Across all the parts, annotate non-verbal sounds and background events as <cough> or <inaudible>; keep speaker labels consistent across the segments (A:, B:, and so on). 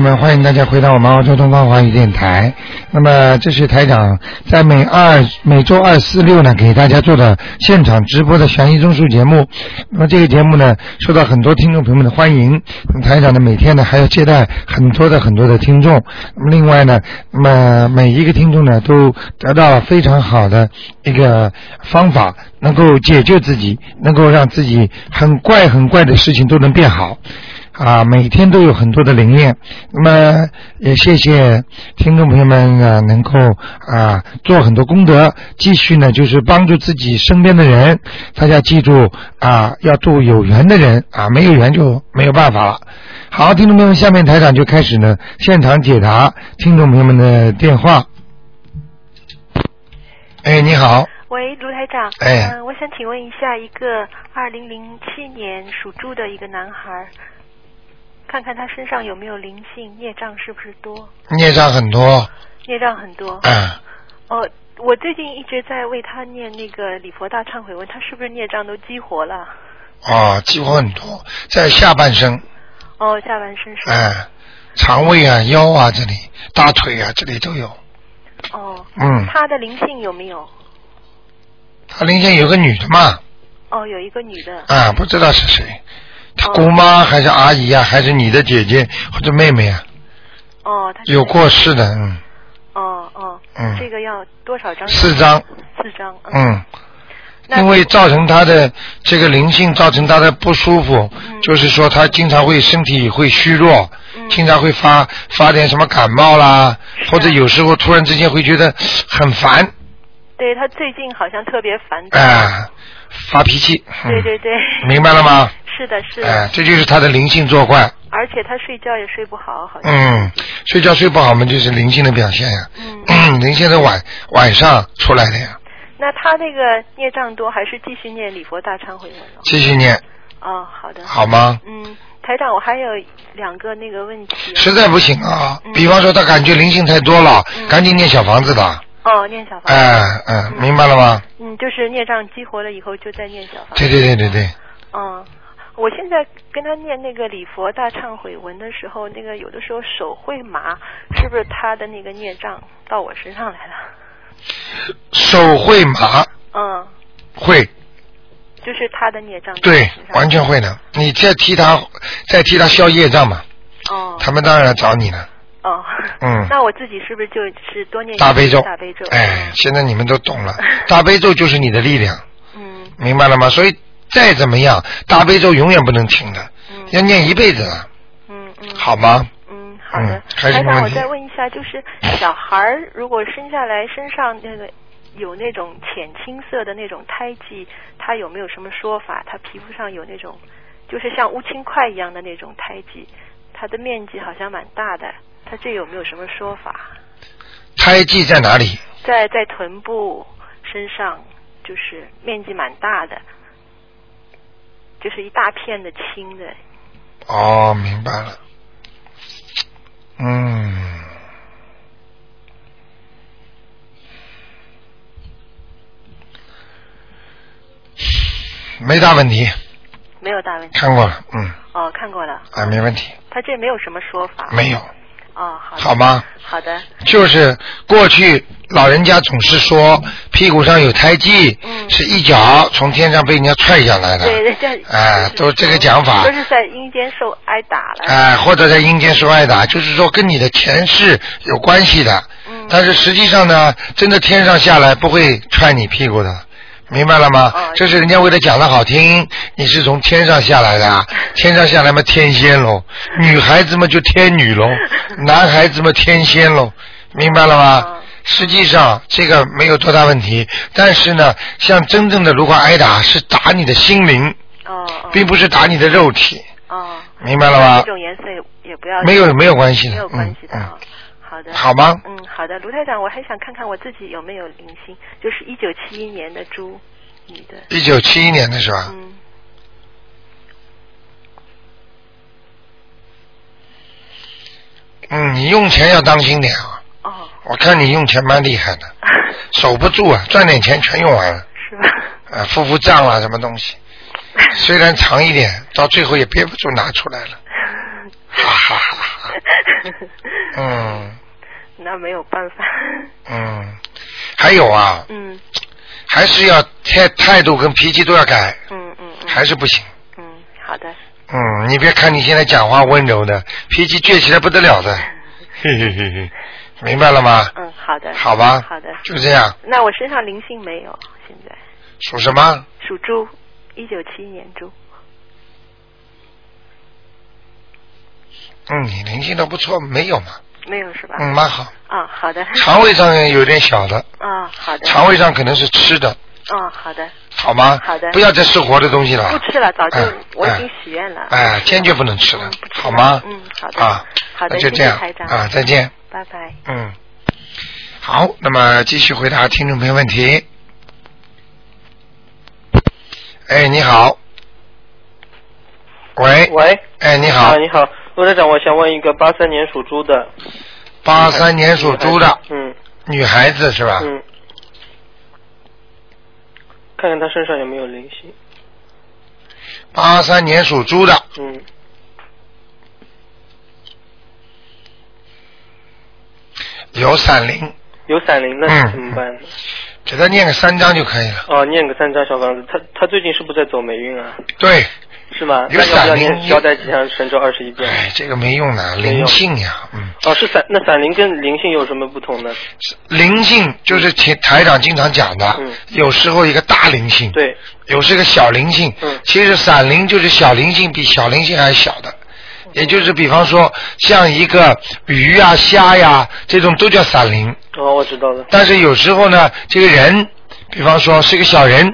A: 们，欢迎大家回到我们澳洲东方华语电台。那么，这是台长在每二每周二、四、六呢给大家做的现场直播的悬疑综述节目。那么这个节目呢，受到很多听众朋友们的欢迎。那么台长呢，每天呢还要接待很多的很多的听众。那么另外呢，那么每一个听众呢都得到了非常好的一个方法，能够解救自己，能够让自己很怪很怪的事情都能变好。啊，每天都有很多的灵验。那么也谢谢听众朋友们啊，能够啊做很多功德，继续呢就是帮助自己身边的人。大家记住啊，要度有缘的人啊，没有缘就没有办法了。好，听众朋友们，下面台长就开始呢现场解答听众朋友们的电话。哎，你好，
B: 喂，卢台长，
A: 哎
B: 嗯我想请问一下，一个二零零七年属猪的一个男孩，看看他身上有没有灵性，孽障是不是多？
A: 孽障很多，
B: 孽障很多。
A: 嗯，
B: 哦，我最近一直在为他念那个礼佛大忏悔文，他是不是孽障都激活了？
A: 哦，几乎很多，在下半身，
B: 哦，下半身是。
A: 哎、肠胃啊、腰啊这里、大腿啊这里都有。
B: 哦，
A: 嗯，
B: 他的灵性有没有？
A: 他邻间有个女的嘛，
B: 哦，有一个女的。
A: 啊，不知道是谁，他
B: 哦
A: 姑妈还是阿姨啊，还是你的姐姐或者妹妹啊，
B: 嗯哦，他
A: 有。过世的，嗯
B: 哦哦，
A: 嗯
B: 这个要多少张？
A: 四张。
B: 四张。
A: 嗯，
B: 那
A: 因为造成他的这个灵性造成他的不舒服，
B: 嗯
A: 就是说他经常会身体会虚弱，
B: 嗯
A: 经常会发发点什么感冒啦，
B: 是啊
A: 或者有时候突然之间会觉得很烦，
B: 对他最近好像特别烦躁。
A: 哎、发脾气，嗯
B: 对对对，
A: 明白了吗？
B: <laughs> 是的，是的，
A: 哎、这就是他的灵性作怪。
B: 而且他睡觉也睡不好，好像。
A: 嗯，睡觉睡不好嘛，就是灵性的表现呀、
B: 嗯
A: 灵性的晚晚上出来的呀，
B: 那他那个孽障多，还是继续念礼佛大忏悔文哦？
A: 继续念
B: 哦，好的。
A: 好吗？
B: 嗯，台长，我还有两个那个问题。
A: 实在不行啊，
B: 嗯
A: 比方说他感觉灵性太多了，
B: 嗯
A: 赶紧念小房子的。
B: 哦，念小房。
A: 哎、嗯、明白了吗？
B: 嗯，就是孽障激活了以后，就再念小房。
A: 对对对对对，
B: 嗯，我现在跟他念那个礼佛大忏悔文的时候，那个有的时候手会麻，是不是他的那个孽障到我身上来了？
A: 手会麻
B: 嗯，
A: 会，
B: 就是他的孽障到我
A: 对
B: 身，上
A: 完全会的。你再替他再替他消业障嘛，
B: 哦。
A: 他们当然来找你了。
B: 哦，
A: 嗯
B: 那我自己是不是就是多念一些
A: 大悲咒，
B: 大悲咒，
A: 哎，，现在你们都懂
B: <laughs>
A: 了，大悲咒就是你的力量。
B: 嗯
A: 明白了吗？所以再怎么样，大悲咒永远不能停的，
B: 嗯
A: 要念一辈子啊，
B: 嗯嗯，，
A: 好吗？
B: 嗯好的
A: 嗯。还有什么
B: 长，我
A: 问题
B: 再问一下，就是小孩儿如果生下来身上那个有那种浅青色的那种胎记，他有没有什么说法？他皮肤上有那种就是像乌青块一样的那种胎记，它的面积好像蛮大的，他这有没有什么说法？
A: 胎记在哪里？
B: 在在臀部身上，就是面积蛮大的，就是一大片的青的。
A: 哦，明白了。嗯，没大问题，
B: 没有大问题
A: 看过了，嗯，
B: 哦，看过了，
A: 啊，没问题，
B: 他这没有什么说法。
A: 没有，
B: 哦，好的，
A: 好吗？
B: 好的，
A: 就是过去老人家总是说屁股上有胎记，
B: 嗯
A: 是一脚从天上被人家踹下来的，
B: 对，人家
A: 哎
B: 就是
A: 都啊这个讲法
B: 都是在阴间受挨打了。
A: 哎、或者在阴间受爱打，就是说跟你的前世有关系的。
B: 嗯，
A: 但是实际上呢，真的天上下来不会踹你屁股的，明白了吗？
B: 哦
A: 这是人家为了讲的好听，你是从天上下来的
B: <laughs>
A: 啊，天上下来嘛天仙喽，女孩子嘛就天女
B: <laughs>
A: 喽，男孩子嘛天仙喽，明白了吗？
B: 嗯
A: 实际上这个没有多大问题，但是呢，像真正的如果挨打是打你的心灵，
B: 哦哦
A: 并不是打你的肉体，
B: 哦，
A: 明白了吗
B: 这？种颜色也不要
A: 没有没有关系的，
B: 没有关系的
A: 嗯
B: 啊。好的
A: 嗯，，好吗？
B: 嗯，好的，卢台长，我还想看看我自己有没有灵性，就是一九七一年的猪，女的，
A: 一九七一年的是吧？ <laughs>
B: 嗯，
A: 嗯，你用钱要当心点啊！
B: 哦，
A: 我看你用钱蛮厉害
B: <laughs>
A: 的，守不住啊，赚点钱全用完了，
B: 是吧？
A: 啊，付付账啊，什么东
B: <laughs>
A: 西，
B: <laughs>
A: 虽然长一点，到最后也憋不住拿出来了，哈哈哈哈！嗯
B: 那没有办法。
A: 嗯，还有啊，
B: 嗯
A: 还是要态态度跟脾气都要改，
B: 嗯嗯嗯
A: 还是不行。
B: 嗯，好的，
A: 嗯，你别看你现在讲话温柔的，脾气倔起来不得了的。嘿嘿嘿嘿，明白了吗？
B: 嗯好的，
A: 好吧
B: 好的。
A: 就这样，
B: 那我身上灵性没有，现在
A: 属什么？
B: 属猪，一九七一年猪。
A: 嗯，你灵性都不错，没有嘛？
B: 没有是吧？
A: 嗯，蛮好。
B: 啊，好的。
A: 肠胃上有点小的，
B: 啊，好的。
A: 肠胃上可能是吃的，
C: 哦
B: 啊，好的。
A: 好吗？
B: 好的
A: 啊不要再吃活的东西了。
B: 不吃了，早就
A: 哎
B: 我已经许愿了。
A: 哎，哎坚决不能吃
B: 嗯
A: 了
B: 不，吃
A: 好吗？
B: 嗯，好的。
A: 啊，
B: 好的，
A: 那就这样
B: 谢谢台长。
A: 啊，再见。
B: 拜拜。
A: 嗯，好，那么继续回答听众朋友问题。哎，你好。喂，
D: 喂，
A: 哎，你
D: 啊
A: 好，
D: 你好，陆队长，我想问一个八三年属猪的，
B: 嗯
A: 八三年属猪的
D: 嗯
A: 女孩子是吧？
D: 嗯，看看他身上有没有灵性，
A: 八三年属猪的，
D: 嗯，
A: 有闪灵，
D: 有闪灵的
A: 嗯
D: 怎么办呢？
A: 给她念个三章就可以了。
D: 哦，念个三张小房子，他他最近是不是在走霉运啊？
A: 对，
D: 是吗？
A: 有
D: 那要不
A: 闪
D: 要
A: 灵
D: 念交代吉祥神咒二十一遍？
A: 哎，这个没用的，灵性呀，嗯，
D: 哦，是闪那闪灵跟灵性有什么不同呢？
A: 灵性就是台台长经常讲的
D: 嗯，
A: 有时候一个大灵性，
D: 对，
A: 有是个小灵性，
D: 嗯
A: 其实散灵就是小灵性比小灵性还小的，
D: 嗯
A: 也就是比方说像一个鱼啊、虾呀、这种都叫散灵，
D: 哦，我知道了，
A: 但是有时候呢，这个人，比方说是个小人，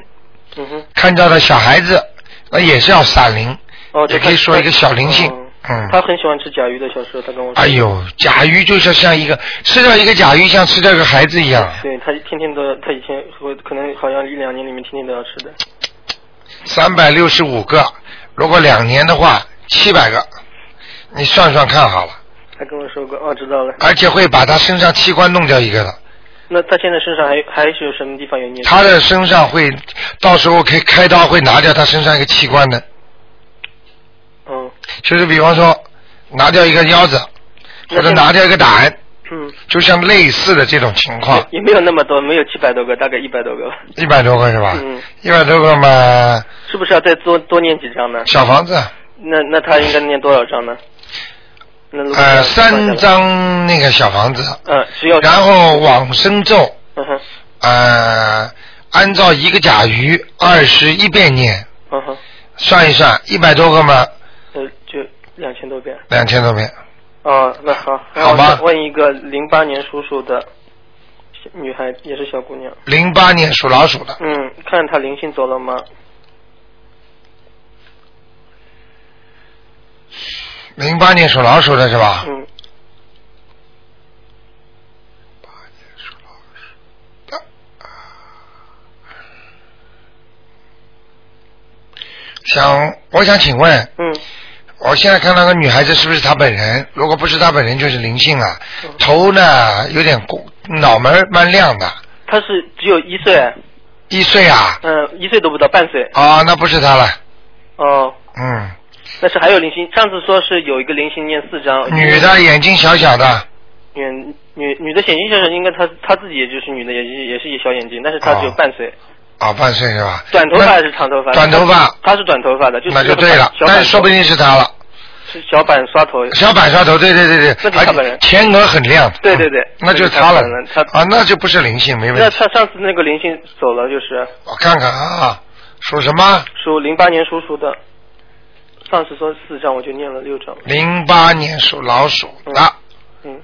D: 嗯哼，
A: 看到了小孩子，那也是要散灵，
D: 哦，就
A: 也
D: 他
A: 可以说一个小灵性
D: 哦，
A: 嗯。
D: 他很喜欢吃甲鱼的，小时候他跟我说，
A: 哎呦，甲鱼就是像一个吃掉一个甲鱼，像吃掉一个孩子一样，
D: 对他天天都，他以前我可能好像一两年里面天天都要吃的。
A: 三百六十五个，如果两年的话，七百个，你算算看好了。
D: 他跟我说过，哦，知道了。
A: 而且会把他身上器官弄掉一个的，
D: 那他现在身上还有还是有什么地方有孽？
A: 他的身上会到时候可以开刀会拿掉他身上一个器官的，
D: 嗯
A: 就是比方说拿掉一个腰子或者拿掉一个胆，
D: 嗯，
A: 就像类似的这种情况，
D: 也也没有那么多，没有七百多个，大概一百多个吧。
A: 一百多个是吧？
D: 嗯，
A: 一百多个嘛，
D: 是不是要再多多念几张呢？
A: 小房子，
D: 那那他应该念多少张呢？那如果
A: 呃，
D: 算下来
A: 三。张那个小房子，
D: 嗯，只要
A: 然后往生咒，
D: 嗯哼
A: 呃，按照一个甲鱼二十一遍念，
D: 嗯哼，
A: 算一算，一百多个嘛，
D: 呃，就两千多遍。
A: 两千多遍。
D: 哦，那好，那
A: 好吧
D: 我想问一个零八年属鼠的小女孩，也是小姑娘。
A: 零八年属老鼠的，
D: 嗯，看她灵性走了吗？
A: 零八年属老鼠的是吧？
D: 嗯，
A: 想，我想请问，
D: 嗯，
A: 我现在看那个女孩子是不是她本人？如果不是她本人，就是灵性了
D: 嗯。
A: 头呢有点鼓，脑门儿蛮亮的，
D: 她是只有一岁，
A: 一岁啊，
D: 嗯、一岁都不到，半岁。
A: 啊，那不是她了。
D: 哦，
A: 嗯，
D: 但是还有零星，上次说是有一个零星念四张，
A: 女的眼睛小小的，
D: 女女女的显性小小，应该她她自己也就是女的，也是也是一小眼睛，但是她只有半岁，
A: 啊，半岁是吧？
D: 短头发
A: 哦那
D: 还是长头发？
A: 短头发，
D: 她是短头发的，就是
A: 那就对了，
D: 小
A: 那
D: 板
A: 说不定是她了。
D: 是小板刷头，
A: 小板刷头，对对对对
D: 那，是她本
A: 而且
D: 人
A: 前额很亮。
D: 对对对
A: 嗯那就是她
D: 她
A: 了
D: 本人她。
A: 啊，那就不是灵性，没
D: 那
A: 问题。
D: 她上次那个灵性走了，就是
A: 我看看啊，属什么？
D: 属零八年属鼠的，上次说四张，我就念了六张，
A: 零八年属老鼠的。啊
D: 嗯嗯，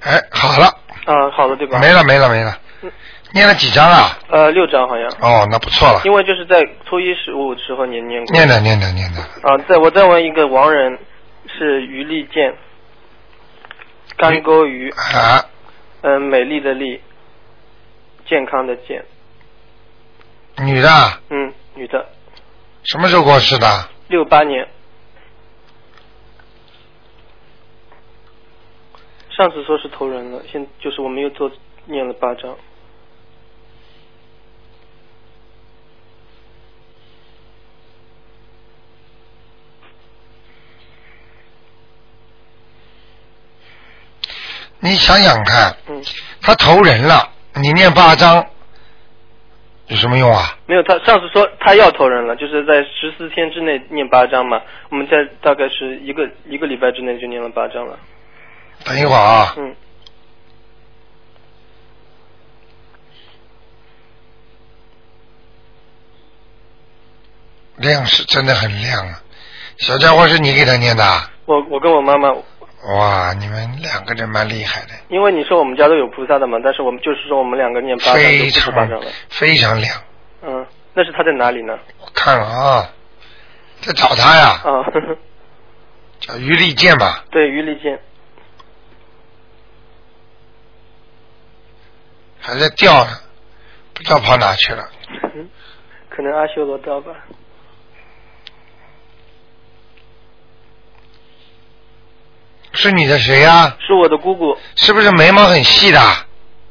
A: 哎，好了，
D: 啊，好了对吧？
A: 没了没了没了
D: 嗯，
A: 念了几张啊？
D: 呃，六张好像，
A: 哦，那不错了，
D: 因为就是在初一十五时候念念过。
A: 念的念的念的。
D: 啊，再我再问一个亡人，是于丽健，干沟鱼，呃
A: 啊，
D: 嗯、美丽的丽，健康的健，
A: 女的，啊
D: 嗯，女的，
A: 什么时候过世的？啊
D: 六八年。上次说是投人了，现就是我们又做念了八章。
A: 你想想看，
D: 嗯，
A: 他投人了，你念八章有什么用啊？
D: 没有，他上次说他要投人了，就是在十四天之内念八章嘛。我们在大概是一个一个礼拜之内就念了八章了。
A: 等一会儿啊，
D: 嗯，
A: 亮是真的很亮啊！小家伙是你给他念的啊？
D: 我我跟我妈妈，
A: 哇，你们两个人蛮厉害的，
D: 因为你说我们家都有菩萨的嘛，但是我们就是说我们两个念八章就
A: 非
D: 不是八章
A: 常
D: 了。
A: 非常亮。
D: 嗯，那是他在哪里呢？
A: 我看了啊，在找他呀，
D: 啊，呵呵
A: 叫于立健吧，
D: <laughs> 对，于丽见。
A: 还在掉呢，不知道跑哪去了。
D: 嗯可能阿修罗道吧。
A: 是你的谁呀、
D: 是我的姑姑，
A: 是不是眉毛很细的？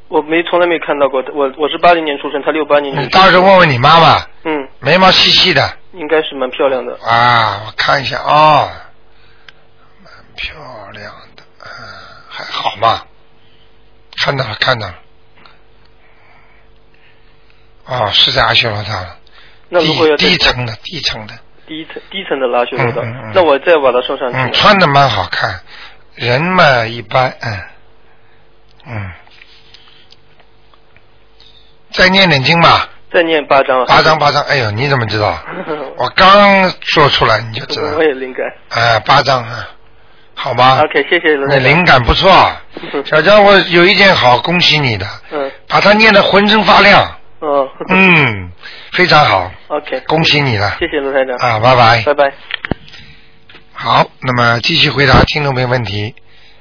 D: 我没从来没看到过她。我我是八零年出生，她六八年出
A: 你
D: 生。
A: 到嗯时候问问你妈妈，
D: 嗯，
A: 眉毛细细的
D: 应该是蛮漂亮的。
A: 啊，我看一下啊、蛮漂亮的，嗯、还好嘛，看到了看到了，哦，是在阿修罗道了，
D: 那如果要
A: 低
D: 在
A: 低层的低层的，
D: 低层低层的拉修罗道，
A: 嗯嗯嗯
D: 那我再把它送上去。
A: 嗯，穿的蛮好看，人嘛一般，嗯，嗯，再念点经吧，
D: 再念八章啊。
A: 八
D: <laughs>
A: 张八张，哎呦，你怎么知道？
D: 我
A: 我刚说出来你就知道
D: 我
A: 了，
D: 也灵感。
A: 哎，八张啊，好吧，
D: OK，谢谢罗
A: 你
D: 台长。
A: 啊灵感不错，啊小家伙有一点好，恭喜你的，
D: 嗯，
A: 把它念得浑身发亮，
D: 哦
A: 嗯，非常好，
D: ，OK，
A: 恭喜你了，
D: 谢谢罗台长，
A: 啊，拜拜。
D: 拜拜。
A: 好，那么继续回答听众朋友问题。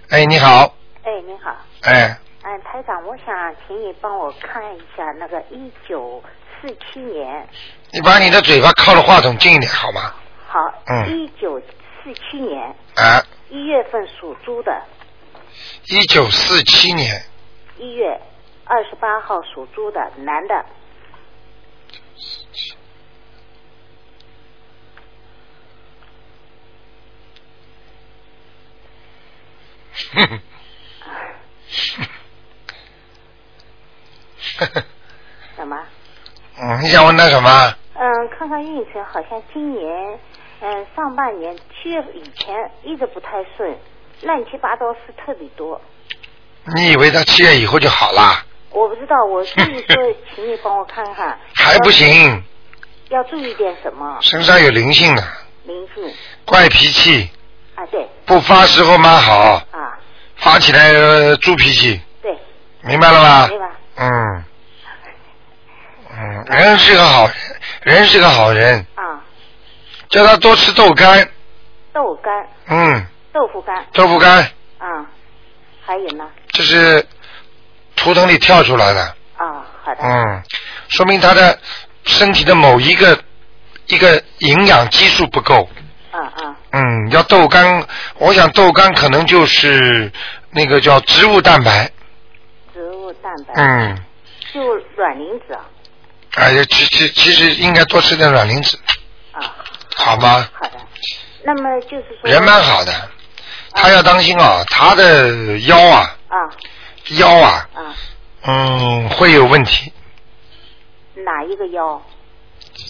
A: 哎，你好，
E: 哎，您好，
A: 哎，
E: 嗯，台长，我想请你帮我看一下那个一九四七年，
A: 你把你的嘴巴靠着话筒近一点好吗？
E: 好，
A: 嗯
E: 一九四七年
A: 啊，
E: 一月份属猪的，
A: 一九四七年，
E: 一月二十八号属猪的男
A: <laughs>
E: 的，
A: 哼哼呵呵
E: 什么？
A: 嗯，你想问他什么？
E: 嗯，看看运程，好像今年，嗯，上半年七月以前一直不太顺，乱七八糟事特别多。
A: 你以为他七月以后就好了？
E: 我不知道，我所以说请你帮我看看，
A: <laughs> 还不行，
E: 要注意点什么
A: 身上有灵性的，
E: 灵性
A: 怪脾气，
E: 啊？对
A: 不发时候蛮好，
E: 啊，
A: 发起来、呃猪脾气，
E: 对，
A: 明白了吧？
E: 对吧？
A: 嗯，嗯，人是个好人，人是个好人，
E: 啊，
A: 叫他多吃豆干，
E: 豆干、
A: 嗯，
E: 豆腐干
A: 豆腐干
E: 啊，还有呢
A: 这是图腾里跳出来的，
E: 啊，好的，
A: 嗯，说明他的身体的某一个一个营养激素不够，
E: 嗯嗯
A: 嗯，要豆干，我想豆干可能就是那个叫植物蛋白，
E: 植物蛋白，
A: 嗯，
E: 就卵磷脂啊，
A: 哎呀，其其其实应该多吃点卵磷脂，
E: 啊，
A: 好吗？
E: 好的。那么就是说啊
A: 人蛮好的，他要当心啊，他的腰啊
E: 啊
A: 腰啊，
E: 啊，
A: 嗯，会有问题，
E: 哪一个腰？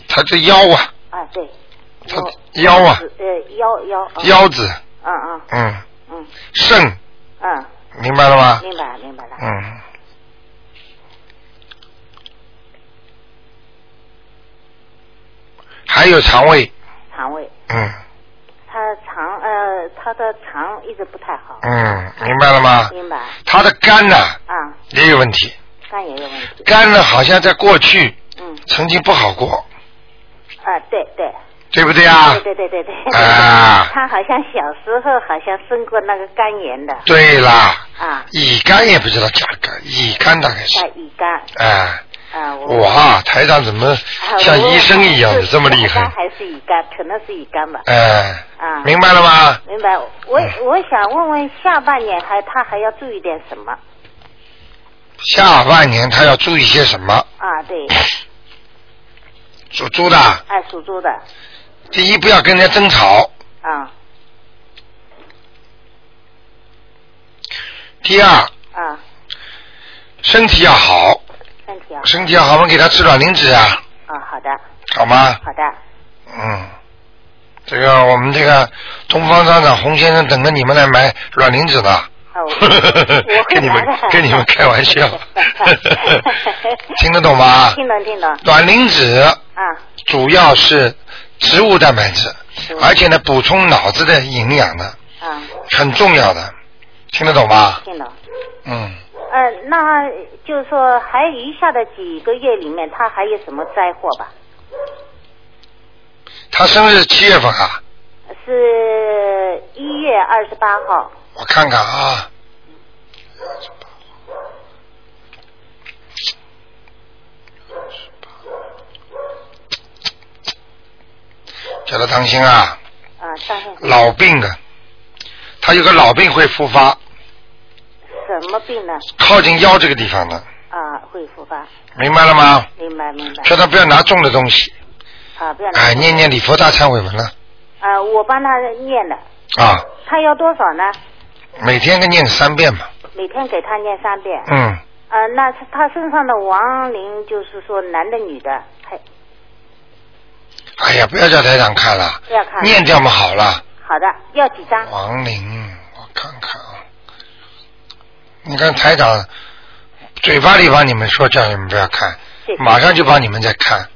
A: 他这腰啊
E: 啊，对，
A: 他腰啊
E: 呃，腰腰啊
A: 腰子，
E: 嗯嗯
A: 嗯，
E: 嗯
A: 肾，
E: 嗯，
A: 明白了吗？
E: 明白了明白了，
A: 嗯，还有肠胃，
E: 肠胃，
A: 嗯
E: 他肠呃他的肠一直不太好，
A: 嗯，明白了吗？
E: 明白
A: 他的肝呐、
E: 啊，
A: 也有问题，
E: 肝也有问题，
A: 肝呢好像在过去
E: 嗯
A: 曾经不好过，
E: 啊对对。
A: 对不对啊？
E: 对对对对对。
A: 啊
E: <laughs> 他好像小时候好像生过那个肝炎的
A: 对啦，
E: 啊，
A: 乙肝也不知道甲肝，乙肝大概是
E: 在乙肝
A: 哎、
E: 啊，我
A: 哇，台长怎么
E: 啊
A: 像
E: 我
A: 医生一样的
E: 是
A: 这么厉
E: <laughs> 甲
A: 害
E: 肝？还是乙肝？可能是乙肝吧。
A: 哎，
E: 啊，
A: 明白了吗？嗯
E: 明白。我我想问问下半年还他还要注意点什么？
A: 下半年他要注意些什么？
E: 啊，对，
A: 属猪的，啊
E: 哎，属猪的，
A: 第一不要跟人家争吵，
E: 啊
A: 第二
E: 啊，
A: 身体要好，
E: 身体啊，
A: 身体要好，我们给他吃卵磷脂啊，
E: 啊，好的，
A: 好吗？
E: 好的，啊
A: 嗯，这个我们这个东方站长洪先生等着你们来买卵磷脂呢。 <laughs>
E: 哦，我会
A: 跟你们
E: 来的
A: 跟你们开玩笑，
E: <laughs>
A: 听得懂吗？
E: 听懂听懂，
A: 卵磷脂
E: 啊，
A: 主要是植物蛋白质，而且呢补充脑子的营养的，
E: 啊，
A: 很重要的，听得懂吗？
E: 听懂。
A: 嗯，
E: 呃，那就是说，还余下的几个月里面，他还有什么灾祸吧？
A: 他生日七月份啊，
E: 是一月二十八号，
A: 我看看啊。叫他当心啊，
E: 啊，上线
A: 老病的，他有个老病会复发，
E: 什么病呢？
A: 靠近腰这个地方的，
E: 啊，会复发，
A: 明白了吗？
E: 明白明白。
A: 叫他不要拿重的东西，
E: 啊，不要拿
A: 哎，念念礼佛大忏悔文了
E: 啊，我帮他念了，
A: 啊，
E: 他要多少呢？
A: 每天跟念三遍嘛，
E: 每天给他念三遍。
A: 嗯，
E: 啊，那他他身上的亡灵，就是说男的女的，还
A: 哎呀，不要叫台长看了，
E: 不要看。
A: 念掉嘛好了。
E: 好的，要几张？
A: 王林，我看看啊，你看台长嘴巴里帮你们说，叫你们不要看，
E: 谢谢。
A: 马上就帮你们在看。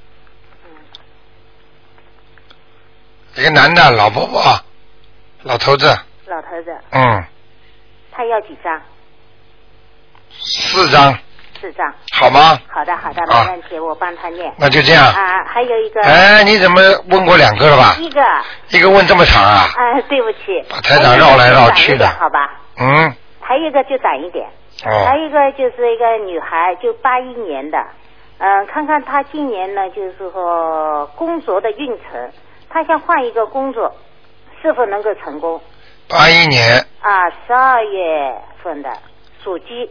A: 一个男的，老婆婆，老头子，
E: 老头子，
A: 嗯，
E: 他要几张？
A: 四张，
E: 四张。
A: 好吗？
E: 好的，好的，
A: 啊
E: 没问题，我帮他念。
A: 那就这样。
E: 啊，还有一个，
A: 哎，你怎么问过两个了吧？
E: 一个，啊，
A: 一个问这么长啊？
E: 对不起，
A: 把台长绕来绕去的
E: 还有一个就短一点好吧？
A: 嗯，
E: 还有一个就短一点，还
A: 哦，
E: 有一个就是一个女孩，就八一年的，嗯、看看她今年呢，就是说工作的运程，她想换一个工作，是否能够成功？
A: 八一年，
E: 啊，十二月份的属鸡，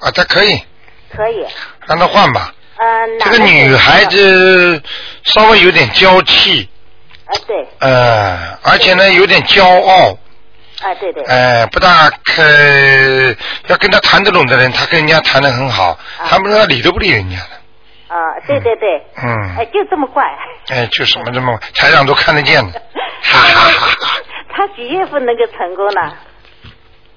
A: 啊，他可以，
E: 可以，啊
A: 让他换吧。
E: 嗯、
A: 这
E: 男
A: 个
E: 的
A: 女孩
E: 是，
A: 子稍微有点娇气，
E: 啊对，
A: 呃，而且呢有点骄傲，
E: 啊对对，
A: 呃，不大可要跟她谈得拢的人，她跟人家谈得很好，他们说理都不理人家的，
E: 啊对对对，
A: 嗯
E: 哎、，就这么怪。
A: 哎，就什么这么台长都看得见的，哈哈哈哈，
E: 他几月份能够成功呢？
A: 啊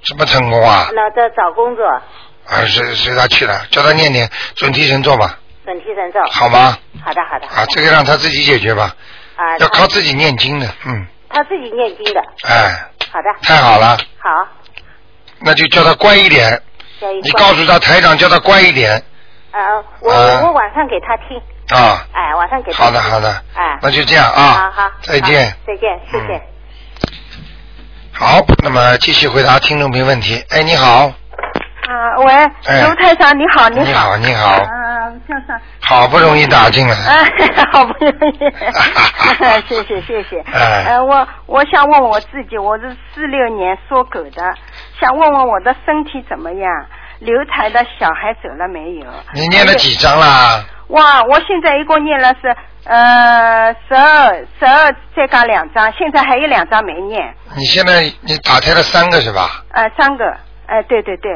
A: 什么成功啊？
E: 那在找工作，
A: 啊，随随他去了，叫他念念准提神咒吧，
E: 准提神咒。
A: 好吗？
E: 好的，好的。
A: 啊
E: 好，的
A: 这个让他自己解决吧，
E: 啊，
A: 要
E: 他
A: 靠自己念经的，嗯，
E: 他自己念经的。
A: 哎，
E: 好的，
A: 太好了，
E: 好，
A: 那就叫他乖一点，
E: 叫一
A: 你
E: 关
A: 告诉他台长叫他乖一点
E: 啊，我
A: 啊
E: 我晚上给他听，
A: 啊。
E: 哎，晚上给他。
A: 好的，。好的，
E: 哎，
A: 那就这样
E: 好
A: 啊，
E: 好，
A: 再见
E: 好。再见，谢谢。
A: 好，那么继续回答听众朋友问题。哎，你好，
F: 啊，喂，
A: 哎
F: 卢台长，你好，
A: 你
F: 好，
A: 好，你好，
F: 啊，向上，
A: 好不容易打进来，
F: 啊， <laughs> 好不容易， <laughs> 谢谢谢谢。
A: 哎
F: 呃，我我想问我自己，我是四六年属狗的，想问问我的身体怎么样？流产的小孩走了没有？
A: 你念了几张啦？
F: 哇，我现在一共念了是呃十二十二再加两张，现在还有两张没念，
A: 你现在你打胎了三个是吧？
F: 呃三个，呃对对对。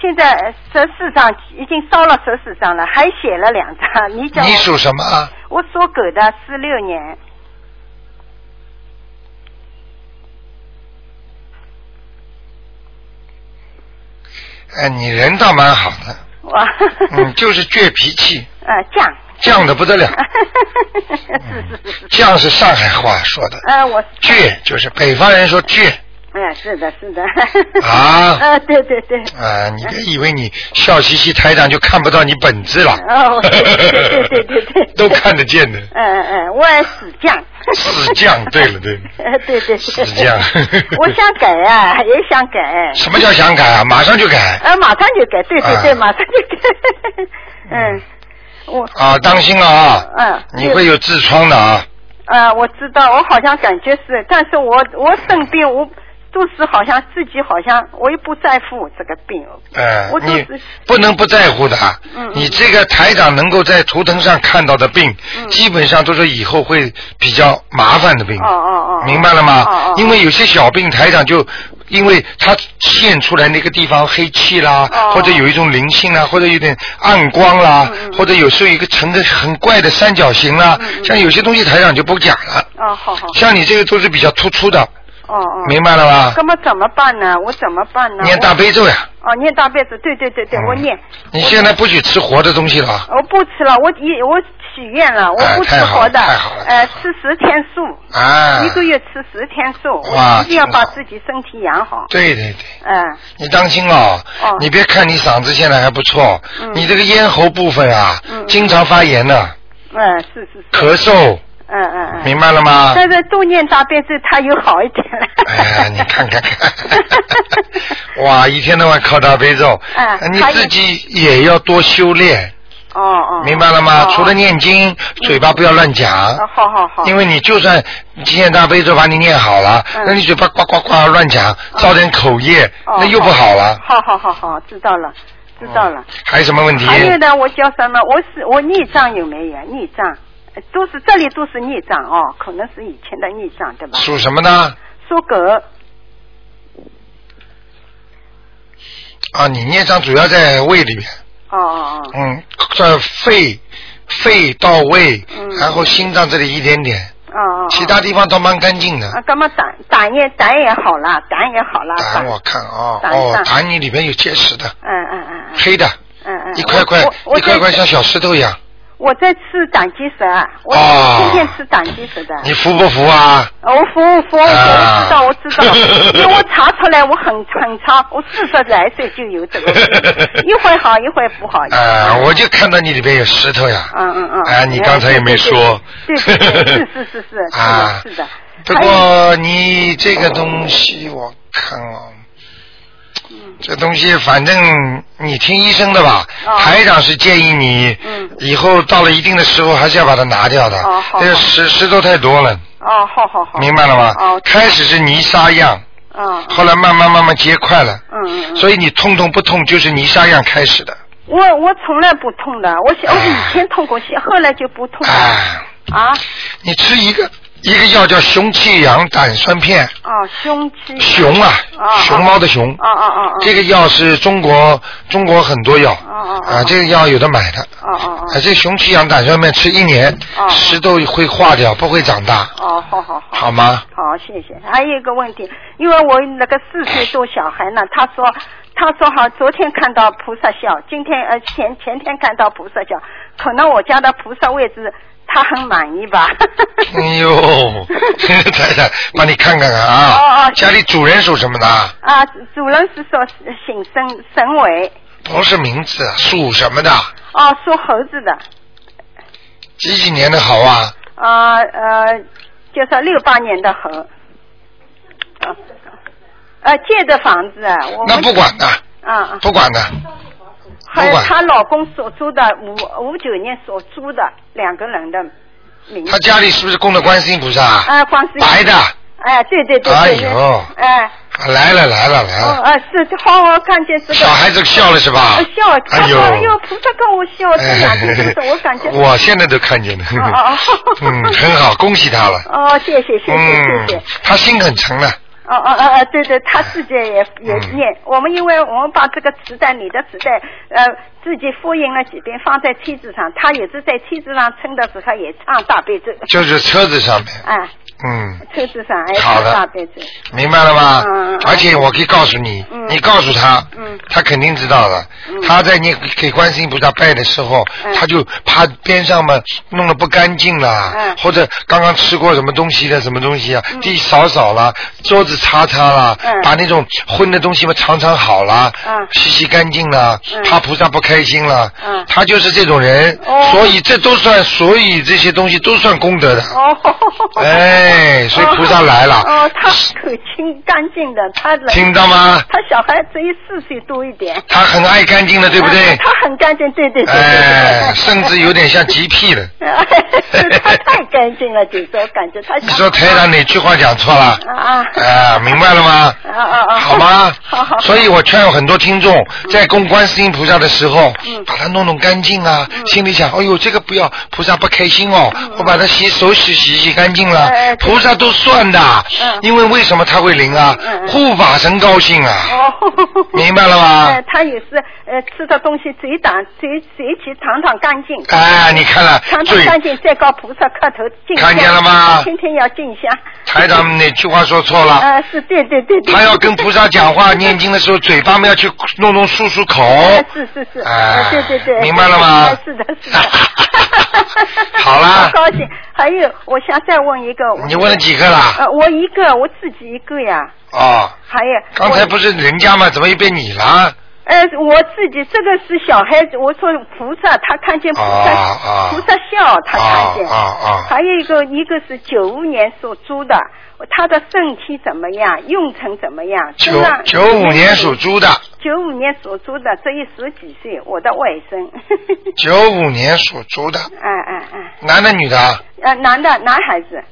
F: 现在十四张已经烧了十四张了，还写了两张。你讲我
A: 你属什么？啊
F: 我属狗的，四六年。
A: 哎，你人倒蛮好
F: <laughs>
A: 的，
F: 哇，
A: 嗯，就是倔脾气，
F: 呃，犟。
A: 犟的不得了。
F: <laughs>
A: 嗯
F: 是是是，
A: 犟是上海话说的，
F: 呃，我，
A: 倔就是北方人说倔
F: 嗯，是的，是的。
A: 啊
F: <laughs> 呃，对对对。
A: 啊！你别以为你笑嘻嘻台长就看不到你
F: <laughs>
A: 本质了，<laughs>
F: 哦哦，对对对对对对。呃
A: 都看得见的。
F: 嗯嗯，我也是犟，
A: 死犟，对了对了，
F: 呃，对对
A: 死
F: 对，。
A: 犟
F: <laughs> 我想改啊，也想改，
A: 什么叫想改啊？马上就改
F: 呃，马上就改，对对对，
A: 啊
F: 马上就改， <laughs> 嗯，我，
A: 啊！当心啊！
F: 嗯，
A: 你会有痔疮的啊！
F: 呃，我知道，我好像感觉是，但是我我生病，我都是好像自己好像我也不在乎我这个病，
A: 嗯
F: 我，都
A: 你
F: 是
A: 不能不在乎的。啊
F: 嗯嗯
A: 你这个台长能够在图腾上看到的病，
F: 嗯
A: 基本上都是以后会比较麻烦的病。
F: 哦哦哦，
A: 明白了吗？
F: 哦哦
A: 因为有些小病，台长就因为他现出来那个地方黑气啦，
F: 哦
A: 或者有一种灵性啦，或者有点暗光啦，
F: 嗯嗯
A: 或者有时候一个成个很怪的三角形啦，
F: 嗯嗯
A: 像有些东西台长就不讲了。
F: 哦，好好，
A: 像你这个都是比较突出的，
F: 哦哦，
A: 明白了吧
F: 那？么怎么办呢？我怎么办呢？
A: 念大悲咒呀！
F: 我哦，念大辈子，对对对对，
A: 嗯
F: 我念，
A: 你现在不许吃活的东西了啊
F: 我不吃了，我一我许愿了，我
A: 哎
F: 不吃
A: 太好了
F: 活的，
A: 太好了
F: 呃，吃十天素，
A: 啊！
F: 一个月吃十天素，
A: 哇
F: 我一定要
A: 挺
F: 把
A: 好
F: 自己身体养好，
A: 对对对。
F: 嗯，
A: 你当心哦，
F: 哦
A: 你别看你嗓子现在还不错，
F: 嗯
A: 你这个咽喉部分啊，
F: 嗯
A: 经常发炎呢、
F: 嗯，是是是，
A: 咳嗽，
F: 嗯嗯嗯。
A: 明白了吗？
F: 但是多念大悲咒，它又好一点了。
A: 哎呀，你看看看，
F: <laughs>
A: 哇，一天到晚靠大悲咒，
F: 哎
A: 你
F: 还有
A: 自己也要多修炼，
F: 哦哦，
A: 明白了吗？
F: 哦
A: 除了，念经，嘴巴不要乱
F: 哦哦
A: 讲，
F: 好好好，
A: 因为你就算念大悲咒把你念好了，
F: 嗯
A: 那你嘴巴呱呱呱乱讲，造点口业，
F: 哦
A: 那又不好了。
F: 好好好好，知道了，知道了。
A: 还有什么问题？
F: 还有呢，我叫什么？我是我孽障有没有？孽障，呃都是这里都是孽障哦，可能是以前的孽障对吧？
A: 属什么呢？
F: 属狗，哦
A: 啊，你孽障主要在胃里面。
F: 哦哦哦，
A: 嗯，这肺肺到位，
F: 嗯
A: 然后心脏这里一点点，
F: 哦哦，哦
A: 其他地方倒蛮干净的。
F: 啊，干嘛胆胆也胆也好啦，胆也好啦，
A: 胆我看啊、
F: 胆
A: 哦，
F: 脏
A: 胆你里面有结石的，
F: 嗯嗯嗯嗯
A: 黑的，
F: 嗯嗯，
A: 一块块
F: 我我
A: 一块块
F: 在
A: 像小石头一
F: <laughs>
A: 样，
F: 我在吃胆结石啊，我
A: 哦
F: 天天吃胆结石的。
A: 你服不服啊？
F: 哦我服务服务，我知
A: 啊
F: 道我知道，因为我查出来我很很差，我四十来岁就有这个病，一会好一会不好。
A: 啊、我就看到你里边有石头呀。
F: 嗯嗯嗯。
A: 啊，你刚才也没说。
F: 对对对，对是是是是，是
A: 啊
F: 的，是的。
A: 不过你这个东西我看哦，
F: 嗯
A: 这东西反正你听医生的吧，
F: 哦
A: 台长是建议你
F: 嗯
A: 以后到了一定的时候还是要把它拿掉的
F: 哦，好
A: 这个
F: 好
A: 石石头太多了，
F: 哦，好好好。
A: 明白了吗
F: 哦？
A: 开始是泥沙样，
F: 嗯
A: 后来慢慢慢慢结块了，
F: 嗯嗯嗯。
A: 所以你痛痛不痛就是泥沙样开始的，
F: 我我从来不痛的，我小我以前痛过，现后来就不痛了。
A: 哎，
F: 啊
A: 你吃一个一个药叫熊气养胆酸片，
F: 哦，胸肌。
A: 熊啊
F: 哦，
A: 熊猫的熊，
F: 哦哦哦哦。
A: 这个药是中国中国很多药
F: 哦哦哦
A: 啊啊，这个药有的买的
F: 哦哦
A: 啊
F: 哦，。
A: 这熊气养胆上面吃一年
F: 哦，
A: 石头会化掉，不会长大，
F: 哦，好好好。
A: 好 <laughs> 吗？
F: 好，谢谢。还有一个问题，因为我那个四岁多小孩呢，他说，他说好，昨天看到菩萨像，今天呃前前天看到菩萨像，可能我家的菩萨位置他很满意吧。 <laughs>
A: 哎呦， <laughs> 太太，帮你看看看
F: 哦
A: 啊
F: 哦，
A: 家里主人属什么的？
F: 啊，主人是说姓沈沈伟，
A: 不是名字，啊属什么的？
F: 哦，属猴子的，
A: 几几年的好啊？
F: 啊呃，就是六八年的猴。啊呃，借的房子，我
A: 那
F: 们
A: 不管的，
F: 啊啊，
A: 嗯不管的，
E: 嗯
F: 还
A: 不
F: 有
A: 管
F: 她老公所租的五五九年所租的两个人的名
A: 他
F: 字。
A: 家里是不是供的观世音菩萨？
F: 啊，光是
A: 白的。
F: 哎，对对对
A: 哎
F: 对对。
A: 呦
F: 哎，
A: 来了来了来
F: 哦
A: 了，
F: 哎是，好，我看见这个。
A: 小孩子笑了是吧
F: 呃笑，？他
A: 哎
F: 说
A: 呦，
F: 哎呦，菩萨跟我
A: 哦
F: 笑，这两件
A: <laughs>
F: 事我感觉。
A: 我现在都看见了，
F: 哦哦
A: 嗯，很好，恭喜他了。
F: 哦，谢谢 <laughs> 谢谢谢谢
A: 嗯。，他心很诚了，
F: 哦哦哦哦，对对，他自己也也
A: 嗯
F: 念。我们因为我们把这个磁带，你的磁带，呃，自己复印了几遍，放在梯子上，他也是在梯子上撑的时候也唱大悲咒。
A: 就是
F: <laughs>
A: 车子上面，
F: 哎，
A: 嗯，
F: 车子上哎，
A: 好的
F: 大悲咒。
A: 明白了吗
F: 嗯嗯嗯？
A: 而且我可以告诉你，
F: 嗯
A: 你告诉他
F: 嗯，
A: 他肯定知道了。他在你给观世音菩萨拜的时候，
F: 嗯
A: 他就怕边上嘛弄得不干净啦
F: 嗯，
A: 或者刚刚吃过什么东西的什么东西啊，地扫扫啦，桌子擦擦啦
F: 嗯，
A: 把那种荤的东西嘛尝尝好啦
F: 嗯，
A: 洗洗干净啦
F: 嗯，
A: 怕菩萨不开开心了。
F: 嗯
A: 他就是这种人，
F: 哦
A: 所以这都算，所以这些东西都算功德的。
F: 哦， <laughs>
A: 哎所以菩萨来了
F: 哦，他口清干净的，他来
A: 听到吗？
F: 他小孩只有四岁多一点，
A: 他很爱干净的，对不对
B: <laughs>
F: <laughs> 啊？他很干净，对对对对。
A: 哎，
F: 对
A: 甚至有点像洁癖了。
F: <laughs> 哎他太干净了，就是我感觉他
A: <laughs>
F: 小。
A: 你说台长哪句话讲错了？
F: 啊
A: 啊，明白了吗？
F: 啊啊啊！
A: 好吗？
F: <laughs> 好好。
A: 所以我劝有很多听众，在供观世音菩萨的时候，
F: 嗯
A: 把它弄弄干净啊，心里想，哎呦，这个不要，菩萨不开心哦，我把它洗手洗洗洗干净了
F: 嗯哎哎，对
A: 菩萨都算的
F: 嗯，
A: 因为为什么他会灵啊
F: 嗯？嗯
A: 护法神高兴啊，
F: 哦。
A: 明白了吗
F: 哎，？他也是呃吃的东西嘴打嘴嘴起堂堂干净，
A: 哎，你看了
F: 堂堂
A: 最
F: 干净，再告菩萨磕头敬香。
A: 看见了吗
F: 天天要敬香。
A: 台长哪句话说错了？
F: 呃，是对对对对。
A: 他要跟菩萨讲
F: 嗯
A: 话、念经的时候，嘴巴们要去弄弄漱漱口。
F: 哎是是是，
A: 哎
F: 哎，对对对，
A: 哦明白了吗。
F: 哎 <laughs> 是的，是的
A: <laughs> 好啦
F: 好高兴。还有，我想再问一个。
A: 你问了几个啦？
F: 呃，我一个，我自己一个呀。
A: 哦，
F: 还有，
A: 刚才
F: 我
A: 不是人家吗？怎么又变你了？
F: 呃，我自己这个是小孩子，我说菩萨，他看见菩萨，
A: 啊啊
F: 菩萨笑，他看见。
A: 啊啊啊
F: 还有一个，一个是九五年属猪的，他的身体怎么样，用成怎么样？
A: 九
F: 身上
A: 九五年属。猪的，
F: 九五年属猪的，这一十几岁，我的外甥。
A: 九五年属猪的，
F: 哎哎哎，
A: 男的女的啊？
F: 呃，男的，男孩子，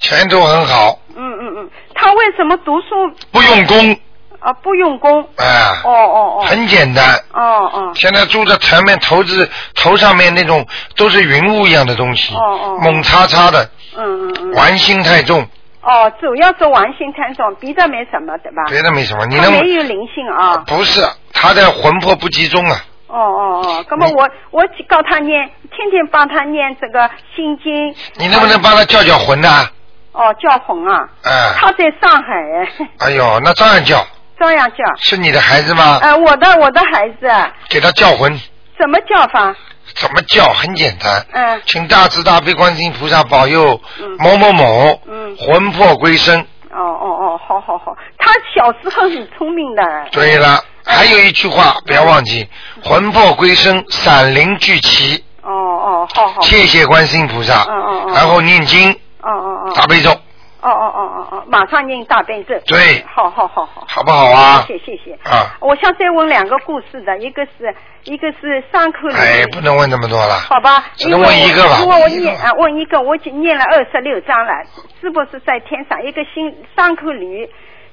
A: 前途很好，
F: 嗯嗯嗯，他为什么读书
A: 不用功，
F: 啊不用功？
A: 哎、
F: 哦哦哦，
A: 很简单。
F: 哦哦
A: 现在猪的前面头子头上面那种都是云雾一样的东西，
F: 哦哦
A: 猛叉叉的，
F: 嗯嗯嗯，
A: 玩心太重，
F: 哦，主要是玩心太重，别的没什么，对吧？
A: 别的没什么。你
F: 他
A: 能
F: 没有灵性啊！
A: 不是，他的魂魄不集中啊。
F: 哦哦哦，那么
A: 你
F: 我我告他念，天天帮他念这个心经。
A: 你能不能帮他叫叫魂呢、啊
F: 哦，叫红啊！
A: 哎
F: 他在上海， <laughs>
A: 哎呦，那照样叫，
F: 照样叫。
A: 是你的孩子吗？
F: 呃，我的我的孩子
A: 给他叫魂，
F: 怎么叫法？
A: 怎么叫？很简单，
F: 嗯
A: 请大慈大悲观世音菩萨保佑
F: 嗯
A: 某某某
F: 嗯，
A: 魂魄归生。
F: 哦哦哦，好好好，他小时候很聪明的。哎
A: 对了，还有一句话不要忘记，魂魄归生，闪灵聚齐，
F: 嗯哦哦，好好。
A: 谢谢观世音菩萨
F: 嗯嗯。嗯
A: 然后念经，
F: 哦哦哦。
A: 大悲咒，
F: 哦哦哦哦哦，马上念大悲咒。
A: 对
F: 好好好好。
A: 好不好啊？
F: 谢谢谢谢。
A: 啊，
F: 我想再问两个故事的，一个是一个是伤口里
A: 哎，不能问这么多了。
F: 好吧，
A: 只能问一个吧
F: 因为我
A: 问一个
F: 念
A: 吧
F: 啊，问一个，我已经念了二十六章了，是不是在天上一个新伤口驴，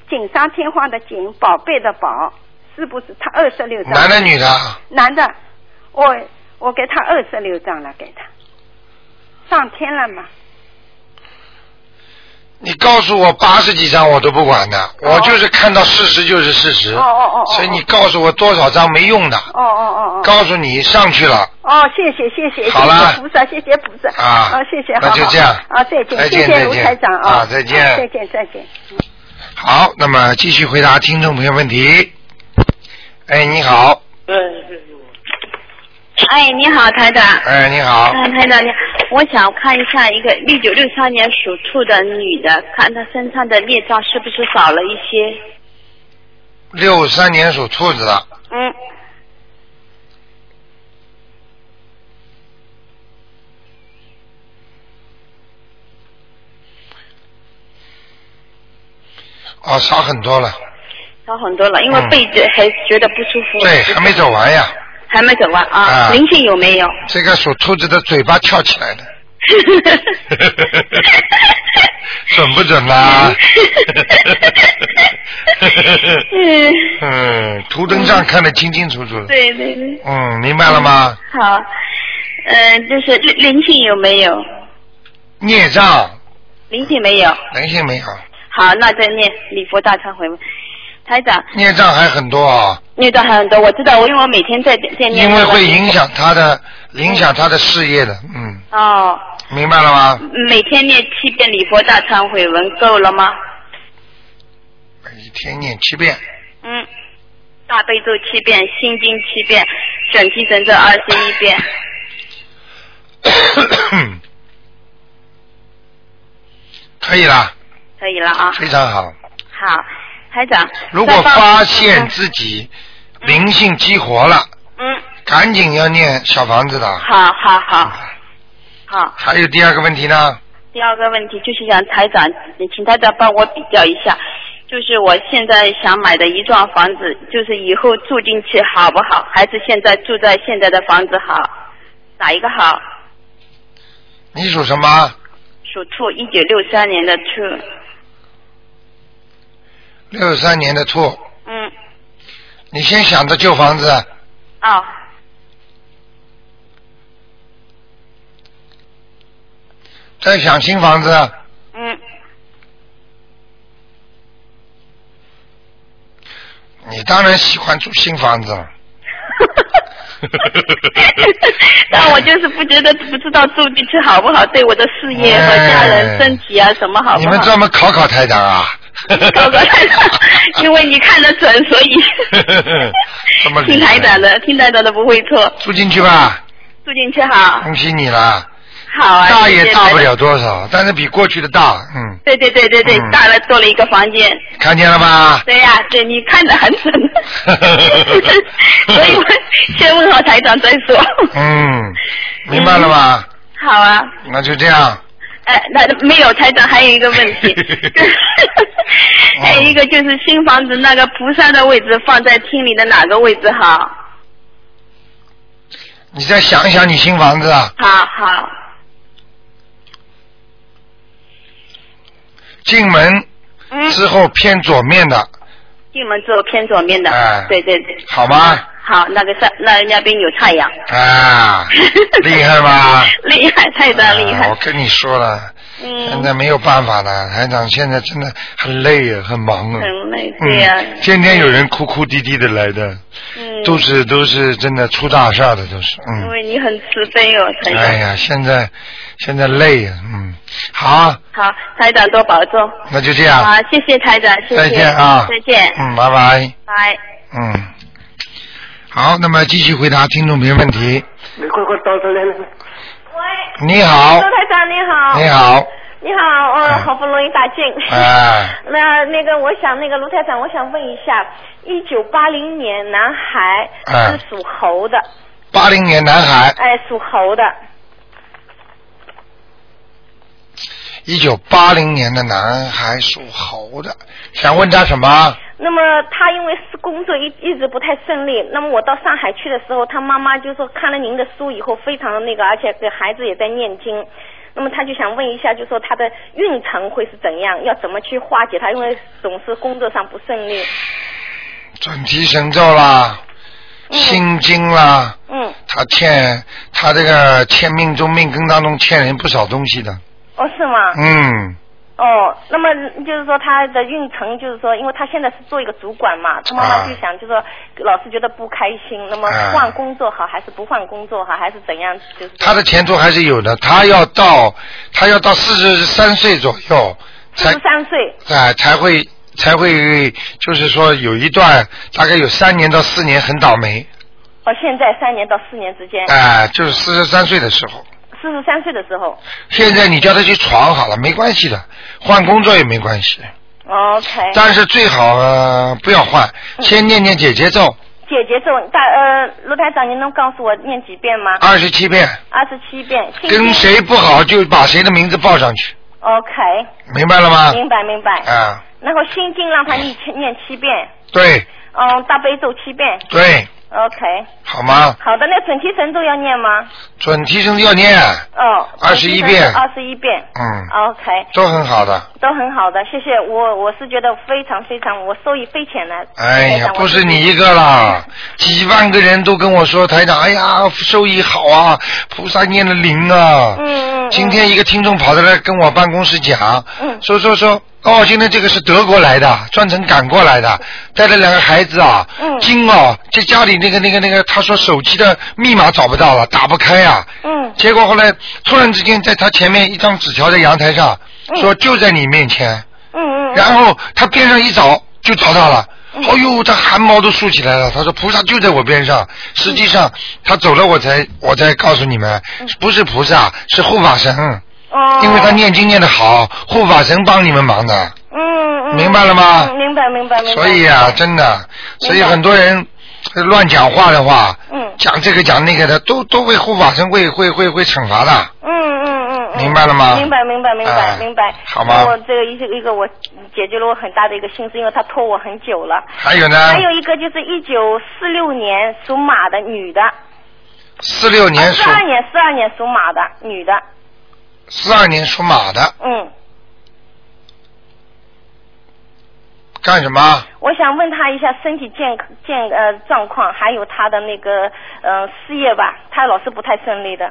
F: 锦上添花的锦，宝贝的宝，是不是他二十六章？
A: 男的女的啊？
F: 男的，我我给他二十六章了，给他上天了嘛？
A: 你告诉我八十几张我都不管的，我就是看到事实就是事实。
F: 哦哦哦哦
A: 所以你告诉我多少张没用的，
F: 哦哦哦哦。
A: 告诉你上去了。
F: 哦，谢谢谢谢，谢
A: 好了
F: 谢菩萨，谢谢菩萨
A: 啊
F: 哦谢谢，
A: 那
F: 好
A: 就
F: 好
A: 这样
F: 啊，再
A: 再
F: 见，
A: 见
F: 谢
A: 再
F: 谢卢
A: 见
F: 台长
A: 啊再见
F: 啊再见再见。
A: 好，那么继续回答听众朋友问题。哎，你好，
G: 嗯哎，你好，台长。
A: 哎，你好，
G: 哎，台长你好，我想看一下一个一九六三年属兔的女的，看她身上的孽障是不是少了一些？
A: 六三年属兔子的，
G: 嗯，
A: 哦，少很多了，
G: 少很多了，因为
A: 嗯
G: 背脊还觉得不舒服。
A: 对，还没走完呀。
G: 还没走完啊
A: 啊
G: 灵性有没有？
A: 这个属兔子的嘴巴翘起来的，准不准啦？
G: 嗯，
A: 嗯，图腾上看得清清楚楚。
G: <laughs> 对对对，
A: 嗯，明白了吗？
G: 好，嗯、就是灵灵性有没有？
A: 孽障，
G: 灵性没有。
A: 能性没有，
G: 好，那再念礼佛大忏悔文。台长，
A: 孽障还很多啊、
G: 念的很多，我知道，我因为我每天在在念。
A: 因为会影响他的影响他的事业的，嗯，
G: 哦，
A: 明白了吗？
G: 每天念七遍礼佛大忏悔文够了吗？
A: 每天念七遍，
G: 嗯，大悲咒七遍，心经七遍，准提神咒二十一遍。
A: 可以啦，
G: 可以了啊，
A: 非常好。
G: 啊好，台长。
A: 如果
G: 再帮
A: 发现自己灵性激活了，
G: 嗯，
A: 赶紧要念小房子的。
G: 好好好好。
A: 还有第二个问题呢？
G: 第二个问题就是想台长，请台长帮我比较一下，就是我现在想买的一幢房子，就是以后住进去好不好，还是现在住在现在的房子好？哪一个好？
A: 你属什么？
G: 属兔，一九六三年的兔。
A: 六三年的兔，
G: 嗯，
A: 你先想着旧房子，
G: 哦，
A: 再想新房子。
G: 嗯，
A: 你当然喜欢住新房子了。
G: <laughs> 但我就是不觉得不知道住进去好不好，对我的事业和家人、
A: 哎
G: 身体啊什么好不好？
A: 你们专门考考台长
G: <laughs>
A: 啊？
G: 高哥， <laughs> 因为你看得准，所
A: <laughs>
G: 以
A: 这么厉
G: 听
A: 害
G: 台长的，听台长的不会错。
A: 住进去吧，
G: 住进去好，
A: 恭喜你了。
G: 好啊。
A: 大也
G: 谢谢
A: 大不
G: 台长。
A: 了多少，但是比过去的大，嗯，
G: 对对对对对，
A: 嗯
G: 大了多了一个房间。
A: 看见了
G: <laughs>
A: 吧？
G: 对呀、对你看得很准。
A: <laughs>
G: 所以我先问好台长再说。
A: 嗯，明白了吧？
G: 好啊。
A: 那就这样。
G: 哎，那没有台长，还有一个问题， <laughs> 还有哎一个就是新房子那个菩萨的位置放在厅里的哪个位置好？
A: <laughs> 你再想一想你新房子啊，
G: 好好，
A: 进门
G: 嗯，
A: 之后偏左面的，
G: 进门之后偏左面的，
A: 哎
G: 对对对，
A: 好吗？
G: 好，那个上那那边有太阳， <laughs>
A: 啊，厉害吧？
G: 厉害，太长厉
A: 啊
G: 害
A: 我，跟你说了，现
G: 嗯，
A: 在没有办法了，台长现在真的很累啊，很忙啊。
G: 很累，对呀，
A: 嗯，天天有人哭哭啼啼的来的，
G: 嗯，
A: 都是都是真的出大事儿的，都是
G: 因
A: 嗯。
G: 为你很慈悲哦，台
A: 哎
G: 长，
A: 呀，现在现在累呀，嗯。好，
G: 好，台长多保重，
A: 那就这样
G: 好，，谢谢台长，谢谢，
A: 啊再见啊，
G: 再见，
A: 嗯，拜拜，
G: 拜。
A: 嗯。好，那么继续回答听众朋友问题。
H: 你快快到这来来，
C: 喂，
A: 你好
C: 周，台长你好，
A: 你好，
C: 你好，我、
A: 嗯
C: 好不容易打进。
A: 哎，
C: <laughs> 那那个，我想那个卢台长，我想问一下，一九八零年男孩
A: 嗯
C: 是属猴的，
A: 八零年男孩，
C: 哎，属猴的，
A: 一九八零年的男孩属猴的，想问他什么？
C: 那么他因为是工作一一直不太顺利，那么我到上海去的时候，他妈妈就说看了您的书以后非常的那个，而且给孩子也在念经。那么他就想问一下，就说他的运程会是怎样，要怎么去化解他？因为总是工作上不顺利。
A: 准提神咒啦，
C: 嗯
A: 心经啦。
C: 嗯，
A: 他欠他这个欠命中命根当中欠人不少东西的，
C: 哦，是吗？
A: 嗯，
C: 哦，那么就是说他的运程，就是说，因为他现在是做一个主管嘛，他妈
A: 啊
C: 妈就想，就是说，老是觉得不开心，那么
A: 啊
C: 换工作好，还是不换工作好，还是怎样？就是
A: 他的前途还是有的。他要到他要到四十三岁左右
C: 四
A: 才
C: 十三岁，
A: 哎、才会才会就是说有一段大概有三年到四年很倒霉，
C: 哦，现在三年到四年之间，
A: 哎、就是四十三岁的时候。
C: 四十三岁的时候
A: 现在你叫他去闯好了，没关系的，换工作也没关系，
C: ，OK，
A: 但是最好、呃、不要换，
C: 嗯
A: 先念念姐姐咒
C: 姐姐咒，大呃，卢台长，您能告诉我念几遍吗？
A: 二十七遍，
C: 二十七遍，心经
A: 跟谁不好就把谁的名字报上去。
C: ？OK，
A: 明白了吗？
C: 明白明白。
A: 啊，
C: 然后心经让他念七念七遍，
A: 对
C: 嗯，大悲咒七遍
A: 对，
C: ，OK。
A: 好吗？
C: 好的，那准提神咒要念吗？
A: 准提神啊要念，
C: 哦，
A: 21遍
C: 二十一遍。
A: 嗯，
C: OK，
A: 都很好的。
C: 都很好的，谢谢。我我是觉得非常非常，我受益匪浅的。
A: 哎
C: 非
A: 呀，
C: 常
A: 不是你一。个啦，几万个人都跟我说台长，哎呀，收益好啊，菩萨念了灵啊
C: 我。嗯嗯。嗯
A: 今天一个听众跑到来跟我办公室讲，
C: 嗯
A: 说说说，哦，今天这个是德国来的，专程赶过来的，带了两个孩子啊，
C: 嗯
A: 惊哦，在家里那个那个那个，他说手机的密码找不到了，打不开啊，
C: 嗯
A: 结果后来突然之间，在他前面一张纸条在阳台上，
C: 嗯
A: 说就在你面前，
C: 嗯
A: <laughs>
C: 嗯。
A: 然
C: 后
A: 后他边上一找就找到了。
C: 嗯
A: 哦呦，他汗毛都竖起来了。他说：“菩萨就在我边
C: 嗯
A: 上。”实际上，他走了，我才我才告诉你们，不是菩萨，是护法神，
C: 嗯哦。
A: 因为他。念经念得好，护法神帮你们忙的。
C: 嗯嗯嗯
A: 明白了吗
C: 嗯明白明白明白。
A: 所以啊，真的，所以很多人呃乱讲话的话，
C: 嗯
A: 讲这个讲那个的，都都会护法神会会会会惩罚的。
C: 嗯嗯嗯嗯，
A: 明白了吗
C: 明白明白明
A: 哎
C: 白明白。
A: 好吗
C: 我这个一个一个我解决了我很大的一个心思，因为他拖我很久了。
A: 还有呢
C: 还，有一个就是一九四六年属马的女的，啊
A: 四六年属
C: 四二年四二年属马的女的，
A: 四二年属马的
C: 嗯，
A: 干什么？
C: 我想问她一下身体健康健呃状况，还有她的那个呃事业吧，她老是不太顺利的。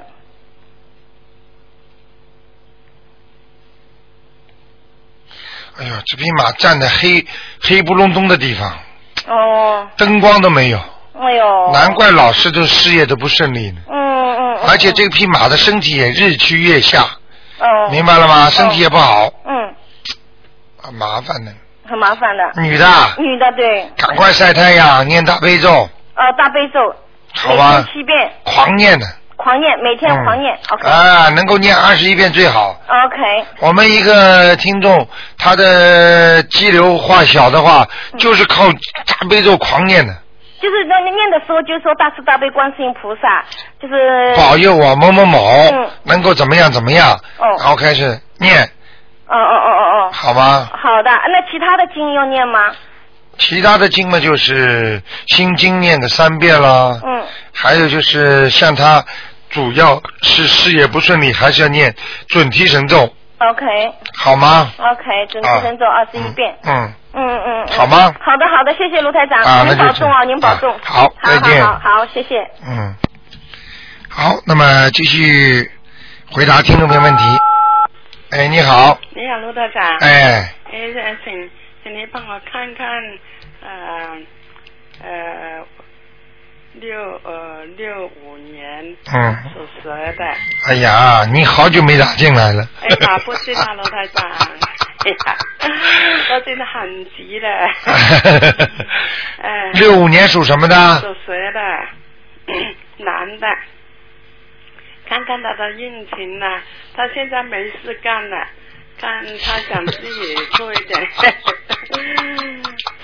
A: 哎呦，这匹马站在黑黑不隆咚的地方，
C: 哦，
A: 灯光都没有，
C: 哎呦，
A: 难怪老是都事业都不顺利呢。
C: 嗯嗯嗯，嗯
A: 而且这匹马的身体也日趋越下，
C: 哦，
A: 明白了吗？身体也不好，
C: 嗯，
A: 啊麻烦呢。
C: 很麻烦的，
A: 女的啊，
C: 女的对，
A: 赶快晒太阳，念大悲咒，
C: 呃大悲咒，
A: 好
C: 每
A: 吧
C: 天？七遍，
A: 狂念的，
C: 狂念，每天狂念
A: 嗯
C: ，OK
A: 啊，能够念二十一遍最好。
C: OK，
A: 我们一个听众，他的肌瘤化小的话，就是靠大悲咒狂念的，
C: 就是那念的时候就说大慈大悲观世音菩萨，就是
A: 保佑我某某某
C: 嗯
A: 能够怎么样怎么样，
C: 哦
A: 然后开始念，
C: 哦哦哦哦哦，
A: 好吗？
C: 好的，那其他的经要念吗？
A: 其他的经嘛，就是心经念个三遍啦，
C: 嗯，
A: 还有就是像他主要是事业不顺利，还是要念准提神咒，
C: OK
A: 好吗？
C: OK，准提神咒
A: 啊
C: 二十一遍。
A: 嗯，嗯
C: 嗯嗯嗯，
A: 好吗
C: 好的好的，谢谢卢台长，
A: 啊那
C: 您
A: 就
C: 保重啊，
A: 是
C: 您保重
A: 啊。好再见
C: 好好好，谢谢。
A: 嗯，好，那么继续回答听众朋友问题。哎，你好，
H: 你好，卢道长。
A: 哎，
H: 哎，呃请请您帮我看看，呃呃，六呃六五年
A: 嗯，
H: 属蛇的，
A: 哎呀，你好久没打进来了。
H: 哎打不进了，罗台长，哎呀，我真的很
A: <laughs>
H: 急了，哎，
A: 六五年属什么的？
H: 属蛇的， <coughs> 男的，看看他的运程呢、他现在没事干了，看他想自己做一
A: <laughs>
H: 点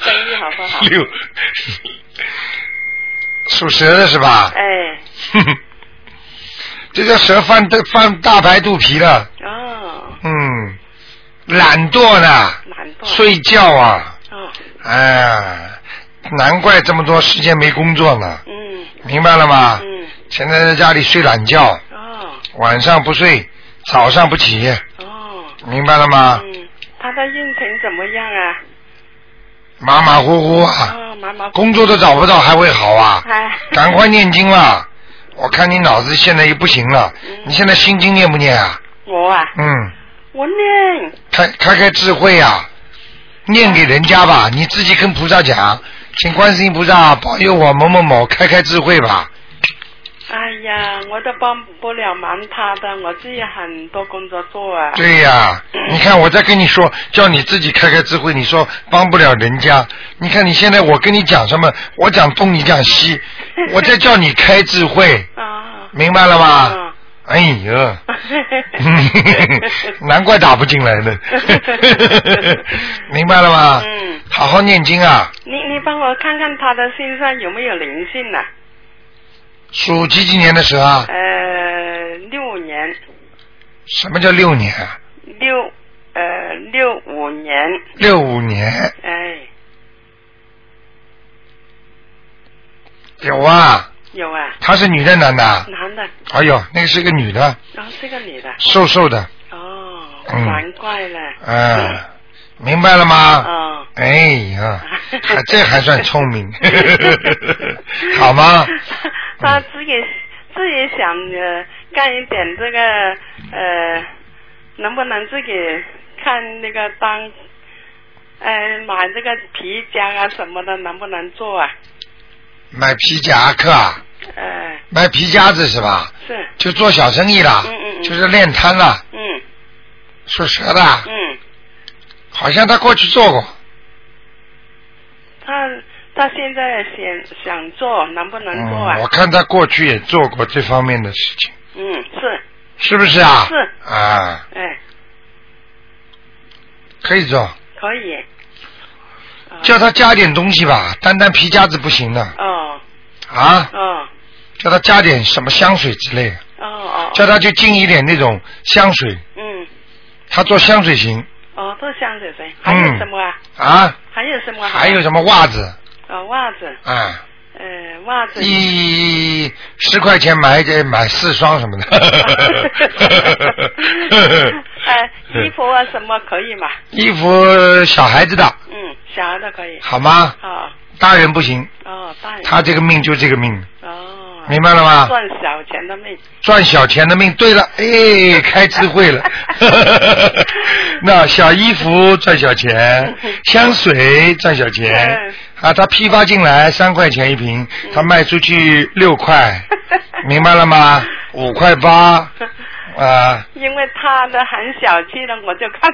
H: 生意好不好？
A: 六，属蛇的是吧？
H: 哎，
A: 哼哼 <laughs> 这个蛇犯大犯大白肚皮了，
H: 哦，
A: 嗯，懒惰呢，
H: 懒惰，
A: 睡觉啊，
H: 哦，
A: 哎，难怪这么多时间没工作呢，
H: 嗯
A: 明白了吗？
H: 嗯，
A: 现在在家里睡懒觉，
H: 哦
A: 晚上不睡，早上不起，
H: 哦，
A: 明白了吗？
H: 嗯，他的运程怎么样啊？
A: 马马虎虎啊，
H: 哦，麻麻烦，
A: 工作都找不到，还会好啊？
H: 哎，
A: <laughs> 赶快念经啦！我看你脑子现在也不行了，
H: 嗯
A: 你现在心经念不念啊？
H: 我啊，
A: 嗯，
H: 我念，
A: 开开开智慧啊，念给人家吧，你自己跟菩萨讲，请观世音菩萨保佑我某某某开开智慧吧。
H: 哎呀，我都帮不了忙他的，我自己很多工作做啊。
A: 对呀、你看我在跟你说，叫你自己开开智慧，你说帮不了人家。你看你现在我跟你讲什么，我讲东你讲西，我在叫你开智慧，
H: <laughs> 啊，
A: 明白了吗？
H: 啊，
A: 哎呀。 <laughs> 难怪打不进来
H: <laughs>
A: 呢，明白了吗？
H: 嗯，
A: 好好念经啊！
H: 你你帮我看看他的身上有没有灵性啊呢、
A: 属几几年的蛇啊？
H: 呃，六年
A: 什么叫六年啊？
H: 六呃六五年，
A: 六五年
H: 哎，
A: 有啊？
H: 有啊，
A: 她是女的男的啊？
H: 男的，
A: 哎呦，那个是个女的，
H: 然后是个女的，
A: 瘦瘦的，
H: 哦，
A: 嗯
H: 难怪了，
A: 嗯，明白了吗？
H: 哦，
A: 哎呀，还这还算聪
H: <laughs>
A: 明，好吗？
H: 他自己自己想呃干一点这个呃，能不能自己看那个当，呃买这个皮夹啊什么的，能不能做啊？
A: 买皮夹克啊？
H: 呃，
A: 买皮夹子是吧？
H: 是，
A: 就做小生意啦，
H: 嗯嗯嗯
A: 就是练摊啦，
H: 嗯
A: 属蛇的啊，
H: 嗯，
A: 好像他过去做过，
H: 他他现在想想做，能不能做啊
A: 嗯，我？看他过去也做过这方面的事情，
H: 嗯，是，
A: 是不是啊？
H: 是
A: 啊，
H: 哎，
A: 可以做，
H: 啊可以，
A: 叫他加点东西吧，单单皮夹子不行的
H: 哦
A: 啊，
H: 哦
A: 叫他加点什么香水之类的，
H: 哦哦，
A: 叫他去进一点那种香水，
H: 嗯，
A: 他做香水型
H: 哦，都是香水水，还有什么啊？
A: 啊，
H: 还有什么好？
A: 还有什么袜子
H: 呃袜子，
A: 啊，
H: 呃袜子，
A: 一十块钱买给买四双什么
H: <laughs>
A: 的，
H: <laughs> 哎衣服啊什么可以嘛？
A: <laughs> 衣服小孩子的
H: 嗯，小孩的可以。
A: 好吗？
H: 哦
A: 大人不行，
H: 哦，大人。
A: 他这个命就这个命，
H: 哦。
A: 明白了吗？
H: 赚小钱的命。 <laughs>
A: 赚小钱的命。对了，哎，开智慧
H: <laughs>
A: 了。那小衣服赚小
H: <laughs>
A: 钱，香水赚小钱
H: 嗯
A: 啊，他批发进来三块钱一瓶，他卖出去六
H: <laughs>
A: 块，明白了吗？五块八啊
H: 因为他的很小气了，我就看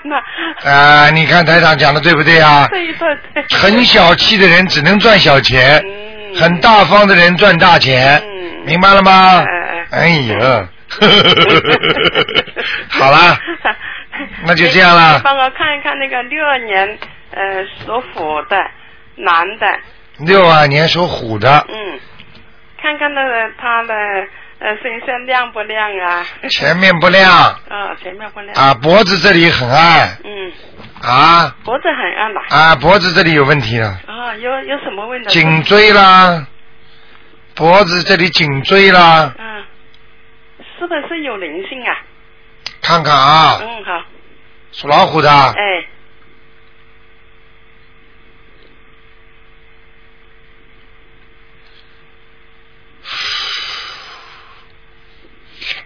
H: 他，
A: 啊！你看台长讲的对不对啊？
H: 对对对，
A: 很小气的人只能赚小钱，
H: 嗯
A: 很大方的人赚大钱，
H: 嗯
A: 明白了吗
H: 嗯嗯？
A: 哎呀，好
H: <laughs>
A: 啦，那就这样啦
H: 哎你帮我看一看那个六二年呃属虎的男的，
A: <laughs> 六二年属虎的，
H: 嗯，看看那个他的呃身上亮不亮啊？
A: 前面不亮
H: 啊、前面不亮。
A: 啊，脖子这里很暗
H: 嗯，
A: 啊
H: 脖子很暗呐。
A: 啊，脖子这里有问题了，
H: 啊、有有什么问题？
A: 颈椎啦，脖子这里颈椎啦，
H: 嗯，是不是有灵性啊？
A: 看看啊，
H: 嗯，好，
A: 属老虎的，
H: 哎，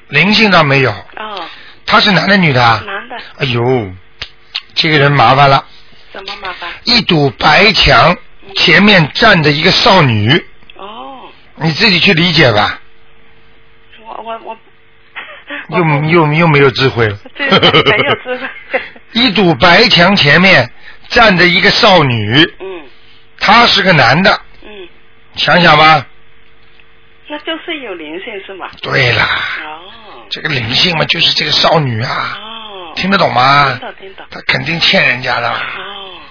A: 灵性倒没有，
H: 哦，
A: 他是男的女的啊？
H: 男的，
A: 哎呦，这个人麻烦了，
H: 什么麻烦？嗯
A: 一堵白墙前面站着一个少女，
H: 哦，
A: 你自己去理解吧，
H: 我我我，
A: 又
H: 我
A: 又又没有智慧了
H: 哦这个没有智慧。
A: <laughs> 一堵白墙前面站着一个少女，
H: 嗯
A: 她是个男的，
H: 嗯，
A: 想想吧。
H: 那就是有灵性是吗？
A: 对了，
H: 哦
A: 这个灵性嘛，就是这个少女啊，
H: 哦，
A: 听得懂吗
H: 听？到听到。
A: 她肯定欠人家的，
H: 哦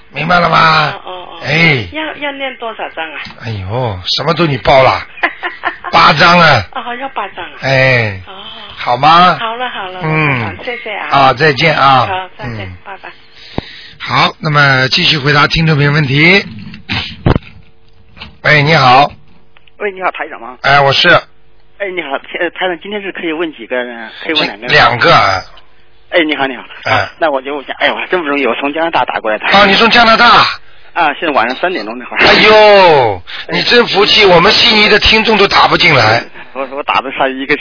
A: 明白了吗
H: 哦？哦哦，
A: 哎，
H: 要要念多少张啊？
A: 哎呦，什么都你包
H: <laughs>
A: 了，八张啊，
H: 哦，要八张啊。
A: 哎，
H: 哦，
A: 好吗？
H: 好了好了，
A: 嗯
H: 好谢谢啊。
A: 啊，再见啊。
H: 好，再见
A: 嗯，
H: 拜拜。
A: 好，那么继续回答听众朋友问题。喂，你好，
I: 喂，你好，台长吗？
A: 哎，我是
I: 哎，你好，呃台长，今天是可以问几个人？啊可以问两个人？
A: 两。个啊，
I: 哎，你好，你好。
A: 哎
I: 那我就想，哎，我还真不容易，我从加拿大打过来的。
A: 啊，你从加拿大，
I: 啊，现在晚上三点钟那会儿。
A: 哎呦，你真服气，我们悉尼的听众都打不进来
I: 我我打的上一个，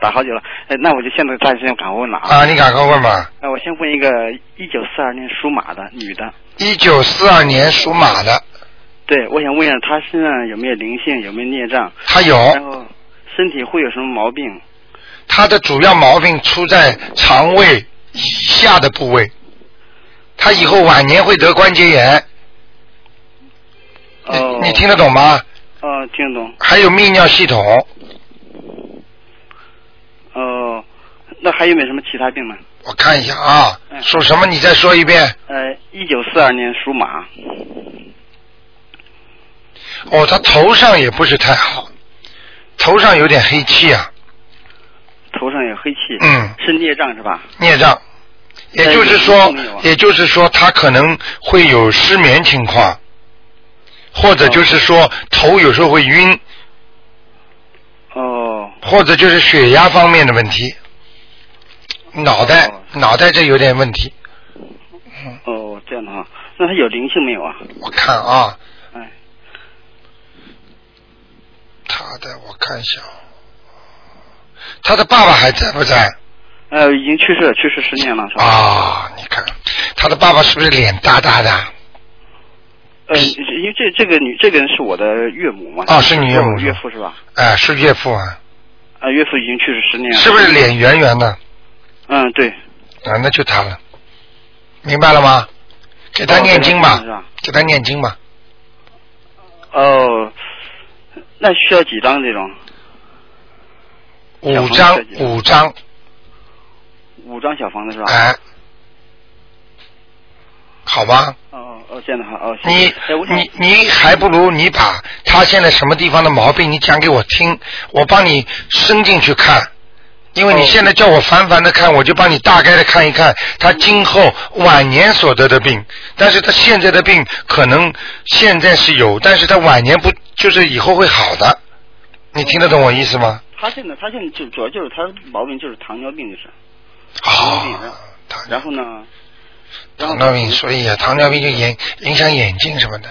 I: 打好久了。哎，那我就现在暂时先敢问了啊。
A: 啊！你赶快问吧。
I: 那我先问一个一九四二年属马的女的，
A: 一九四二年属马的，
I: 对，我想问一下她身上有没有灵性，有没有孽障，
A: 他
I: 然
A: 有
I: 后身体会有什么毛病？
A: 他的主要毛病出在肠胃以下的部位，他以后晚年会得关节炎，你
I: 哦，
A: 你听？得懂吗？
I: 哦，听得懂。
A: 还有泌尿系统，
I: 哦，那还有没有什么其他病呢？
A: 我看一下啊，
I: 嗯
A: 属什么？你再说一遍。
I: 呃，一九四二年属马。
A: 哦，他头上也不是太好，头上有点黑气啊，
I: 头上有黑气，
A: 嗯
I: 是孽障是吧？
A: 孽障。也就是
I: 那
A: 说
I: 有没有啊，
A: 也就是说，他可能会有失眠情况，或者就是说头有时候会晕，
I: 哦，
A: 或者就是血压方面的问题，脑袋
I: 哦
A: 脑袋这有点问题。
I: 哦，这样的哈，那他有灵性没有啊？
A: 嗯我看啊，
I: 哎，
A: 他的我看一下啊，他的爸爸还在不在？
I: 呃，已经去世了，去世十年了是吧？
A: 啊、你看他的爸爸是不是脸大大的？
I: 呃，因为这这个女这个人是我的岳母嘛？
A: 哦是你岳母
I: 我岳父是吧？
A: 哎、是岳父啊，
I: 啊，岳父已经去世十年了，
A: 是不是？脸圆圆的？
I: 嗯，对。
A: 啊，那就他了，明白了吗？给他
I: 哦
A: 念经吧，
I: 是吧
A: 给他念经吧。
I: 哦，那需要几张这种？
A: 五
I: 小
A: 张
I: 房子，
A: 五张，
I: 五张小房子是吧？
A: 哎，好吧，
I: 哦，哦，这样的哈，哦，谢谢
A: 你
I: 哎，我想
A: 你你还不如你把他现在什么地方的毛病你讲给我听，我帮你伸进去看。因
I: 哦
A: 为你现在叫我反反的看，我就帮你大概的看一看他今后晚年所得的病，但是他现在的病可能现在是有，但是他晚年不就是以后会好的，你听得懂我意思吗？
I: 他现在他现在就主要就是他毛病就是糖尿病就是，
A: 啊、
I: 然后呢，哦
A: 糖尿病，所以啊，糖尿病就影影响眼睛什么的，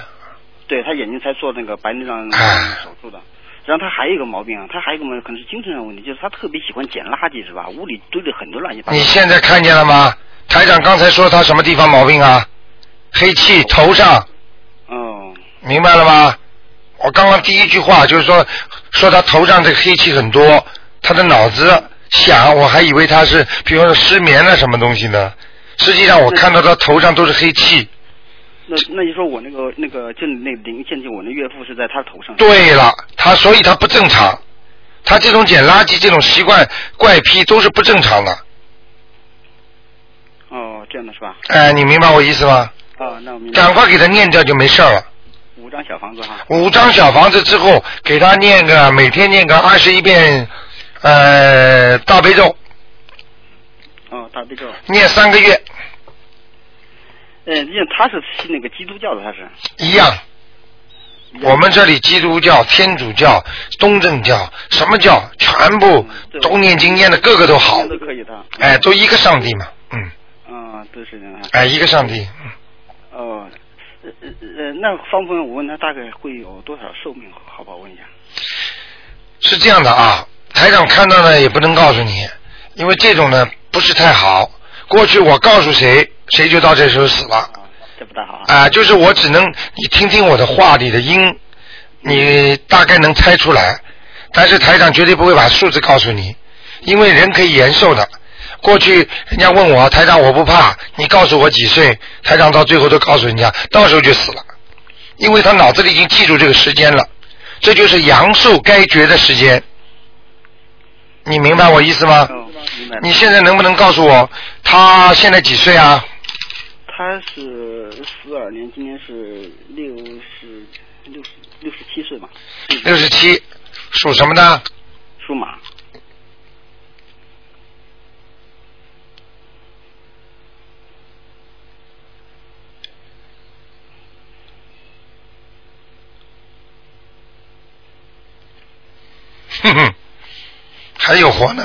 I: 对他眼睛才做那个白内障
A: 啊
I: 手术的。然后他还有一个毛病啊，他还有一个毛病可能是精神上问题，就是他特别喜欢捡垃圾是吧？屋里堆了很多乱七八糟。
A: 你现在看见了吗？台长刚才说他什么地方毛病啊？黑气头上，
I: 哦，
A: 明白了吗？我刚刚第一句话就是说，说他头上这个黑气很多，他的脑子想，我还以为他是，比方说失眠了什么东西呢？实际上我看到他头上都是黑气。
I: 那那就说我那个那个就那灵现就我那岳父是在他头上。
A: 对了，他所以他不正常，他这种捡垃圾这种习惯怪癖都是不正常的。
I: 哦，这样的是吧？
A: 哎，你明白我意思吗？
I: 哦，那我明白。
A: 赶快给他念掉就没事儿了。
I: 五张小房子哈。
A: 五张小房子之后，给他念个每天念个二十一遍，呃，大悲咒，
I: 哦，大悲咒。
A: 念三个月
I: 嗯，因为他是信那个基督教的，他是。
A: 一样。我们这里基督教、天主教、东正教，什么教全部都念经念的，个个都好
I: 那，都可以的。
A: 哎，都一个上帝嘛，嗯，
I: 嗯，都是这样。
A: 哎，一个上帝，
I: 哦，呃呃呃，那方不方便我问他大概会有多少寿命？好不好？问一下。
A: 是这样的啊，台长看到呢也不能告诉你，因为这种呢不是太好。过去我告诉谁，谁就到这时候死了。
I: 啊这不大好。
A: 啊、就是我只能你听听我的话里的音，你大概能猜出来，但是台长绝对不会把数字告诉你，因为人可以延寿的。过去人家问我台长我不怕，你告诉我几岁，台长到最后都告诉人家，到时候就死了，因为他脑子里已经记住这个时间了，这就是阳寿该绝的时间。你明白我意思
I: 哦
A: 吗？你现在能不能告诉我他现在几岁啊？
I: 他是四二年，今年是六十六十六十七岁嘛，
A: 六十七，属什么呢？
I: 属马。
A: 哼哼，还有活呢，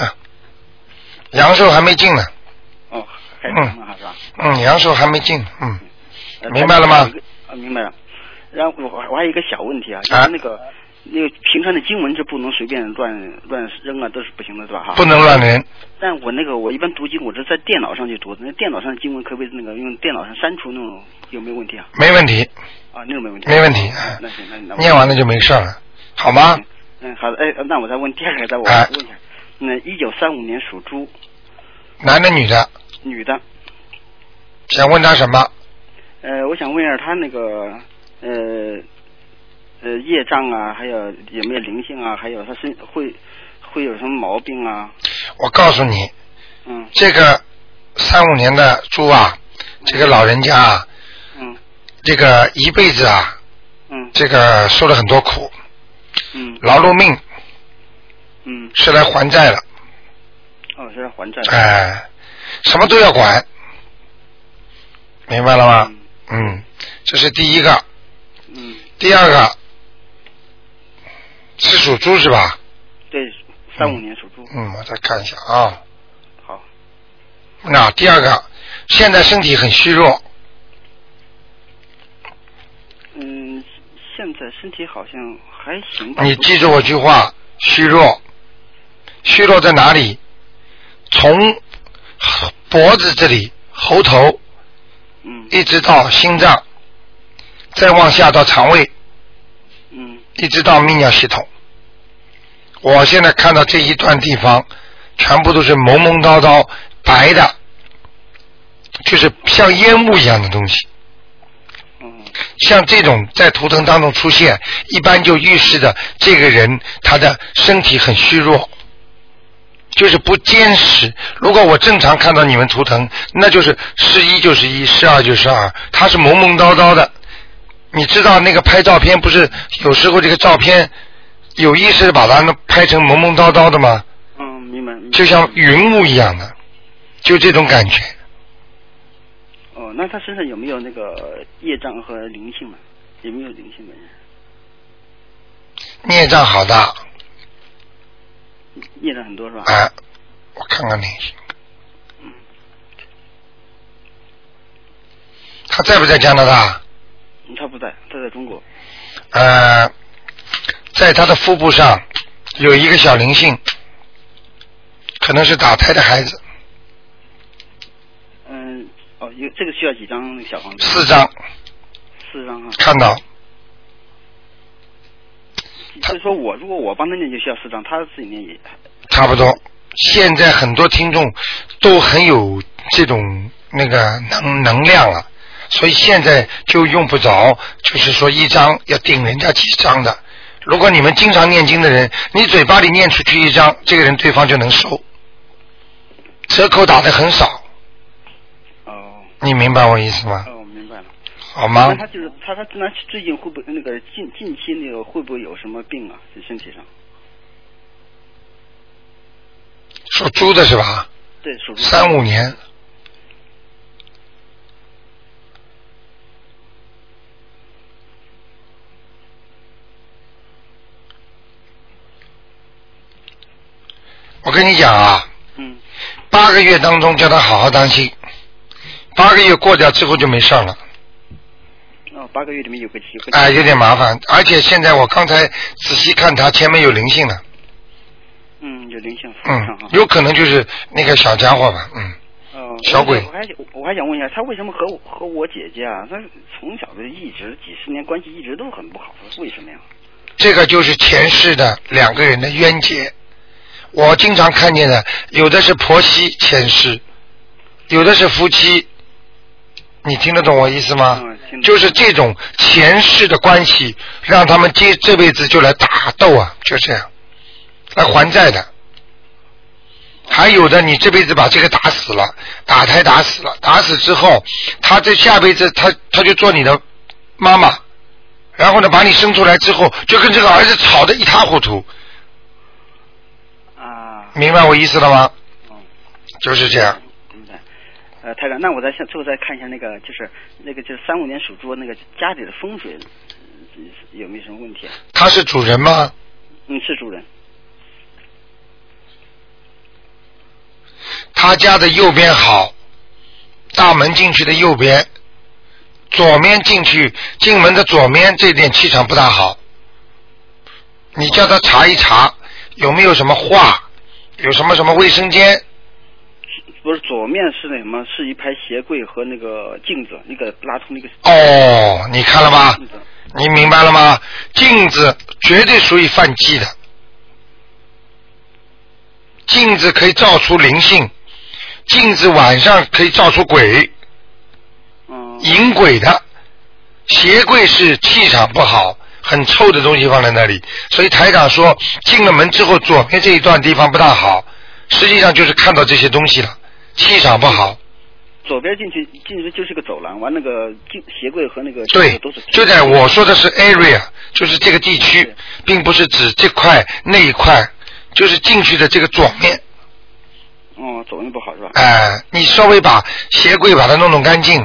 A: 阳寿还没尽呢，
I: 哦，还长呢，还是吧？
A: 嗯，阳寿还没尽，嗯，
I: 呃
A: 明白了吗？
I: 啊，明白了。然后我我还有一个小问题啊，就是那个、那个平常的经文是不能随便乱乱扔啊，都是不行的，是吧？哈。
A: 不能乱扔。
I: 但我那个我一般读经，我是在电脑上去读的，那电脑上的经文可不可以那个用电脑上删除那种有没有问题啊？
A: 没问题，
I: 啊，那种没问题。
A: 没问题
I: 啊那行，那那我
A: 念完了就没事了，好吗？
I: 嗯，好的，哎，那我再问第二个，再我
A: 哎
I: 问一下，那一九三五年属猪，
A: 男的女的，
I: 女的，
A: 想问他什么？
I: 呃，我想问一下她那个呃呃业障啊，还有有没有灵性啊，还有她身会会有什么毛病啊？
A: 我告诉你，
I: 嗯，
A: 这个三五年的猪啊，这个老人家啊，
I: 嗯，
A: 这个一辈子啊，
I: 嗯，
A: 这个受了很多苦，
I: 嗯，
A: 劳碌命
I: 嗯，
A: 是来还债了，
I: 哦，是要还债。
A: 哎、什么都要管，明白了吗？嗯，这是第一个。
I: 嗯，
A: 第二个是属猪是吧？
I: 对，三五年属猪。
A: 嗯，我再看一下啊。
I: 好。
A: 那第二个，现在身体很虚弱，
I: 嗯，现在身体好像还行吧。
A: 你记住我句话，虚弱。虚弱在哪里？从脖子这里、喉头，
I: 嗯，
A: 一直到心脏，再往下到肠胃，
I: 嗯，
A: 一直到泌尿系统。我现在看到这一段地方，全部都是蒙蒙叨叨白的，就是像烟雾一样的东西。像这种在图腾当中出现，一般就预示着这个人他的身体很虚弱，就是不坚实。如果我正常看到你们图腾，那就是是一就是一，是二就是二，他是懵懵叨叨的。你知道那个拍照片不是有时候这个照片有意识的把它们拍成懵懵叨叨的吗？
I: 嗯，明白。明白
A: 就像云雾一样的，就这种感觉。
I: 哦，那他身上有没有那个业障和灵性嘛？有没有灵性的？
A: 孽障好大，
I: 业障很多是吧？
A: 哎，我看看你，他在不在加拿大？
I: 嗯他不在，他在中国。
A: 呃，在他的腹部上有一个小灵性，可能是打胎的孩子，
I: 嗯，哦，有这个需要几张那个小房子？
A: 四张
I: 四张啊。
A: 看到，
I: 就是说我如果我帮他念就需要四张，他自己念也
A: 差不多。现在很多听众都很有这种那个能能量了，所以现在就用不着，就是说一张要顶人家几张的。如果你们经常念经的人，你嘴巴里念出去一张，这个人对方就能收，折扣打的很少。
I: 哦
A: 你明白我意思吗？
I: 哦，明白了。
A: 好吗
I: 那？他就是他他那最近会不会那个近近期那个会不会有什么病啊？就身体上？
A: 属猪的是吧？
I: 对，属猪。
A: 三五年，我跟你讲啊，
I: 嗯，
A: 八个月当中叫他好好当心，八个月过掉之后就没事儿了。
I: 哦，八个月里面有个机会。
A: 哎，有点麻烦，而且现在我刚才仔细看他前面有灵性了，
I: 嗯，有灵性附上
A: 嗯，。
I: 哈
A: 有可能就是那个小家伙吧，嗯，
I: 哦，
A: 小鬼
I: 我还想我还想问一下，他为什么和我和我姐姐啊，他从小就一直几十年关系一直都很不好，为什么呀？
A: 这个就是前世的两个人的冤结。我经常看见的，有的是婆媳前世，有的是夫妻，你听得懂我意思吗？
I: 嗯听得懂
A: 就是这种前世的关系，让他们这这辈子就来打斗啊，就这样来还债的。还有的，你这辈子把这个打死了，打胎打死了，打死之后，他这下辈子他他就做你的妈妈，然后呢，把你生出来之后，就跟这个儿子吵得一塌糊涂，
I: 啊，
A: 明白我意思了吗？
I: 嗯
A: 就是这样，
I: 明白。呃，台长，那我再向最后再看一下那个，就是那个就是三五年属猪那个家里的风水呃有没有什么问题、啊？
A: 他是主人吗？
I: 嗯，是主人。
A: 他家的右边好，大门进去的右边，左面进去进门的左面这点气场不大好。你叫他查一查有没有什么画，有什么什么卫生间，
I: 不是左面是那什么？是一排鞋柜和那个镜子，那个拉通那个
A: 哦，你看了吧
I: 镜？子。
A: 你明白了吗？镜子绝对属于犯忌的，镜子可以照出灵性，镜子晚上可以照出鬼，
I: 嗯，
A: 引鬼的。鞋柜是气场不好，很臭的东西放在那里，所以台长说进了门之后左边这一段地方不大好，实际上就是看到这些东西了，气场不好。
I: 左边进去进去就是个走廊，完那个镜鞋柜和那个镜
A: 对
I: 子都是，
A: 就在我说的是 area，就是这个地区，并不是指这块那一块，就是进去的这个左面。
I: 哦，左面不好是吧？
A: 哎、你稍微把鞋柜把它弄弄干净，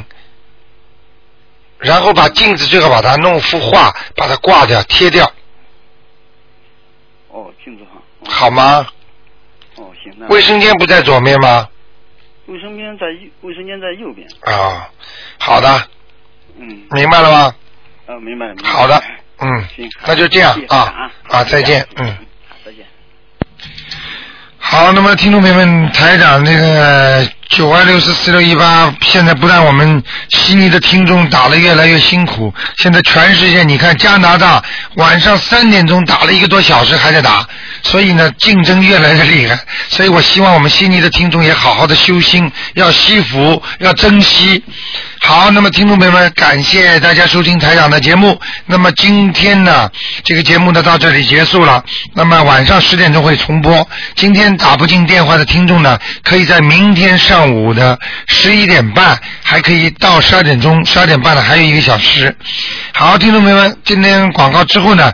A: 然后把镜子最好把它弄幅画，把它挂掉贴掉，
I: 哦，镜子哈。哦
A: 好吗？
I: 哦，行，那
A: 卫生间不在左面吗？
I: 卫生间在右卫生间在右边。
A: 啊、好的，
I: 嗯，
A: 明白了吗？
I: 呃，明白了。明白了
A: 好的，嗯
I: 行，，
A: 那就这样
I: 谢谢
A: 啊
I: 啊
A: 啊，再见，嗯。，
I: 好再见。
A: 好，那么听众朋友们，台长那个九二六四四六一八，现在不但我们悉尼的听众打得越来越辛苦，现在全世界，你看加拿大晚上三点钟打了一个多小时还在打，所以呢竞争越来越厉害，所以我希望我们悉尼的听众也好好的修心，要惜福，要珍惜。好，那么听众朋友们，感谢大家收听台长的节目。那么今天呢，这个节目呢到这里结束了。那么晚上十点钟会重播。今天打不进电话的听众呢，可以在明天上午的十一点半，还可以到十二点钟，十二点半呢还有一个小时。好，听众朋友们，今天广告之后呢，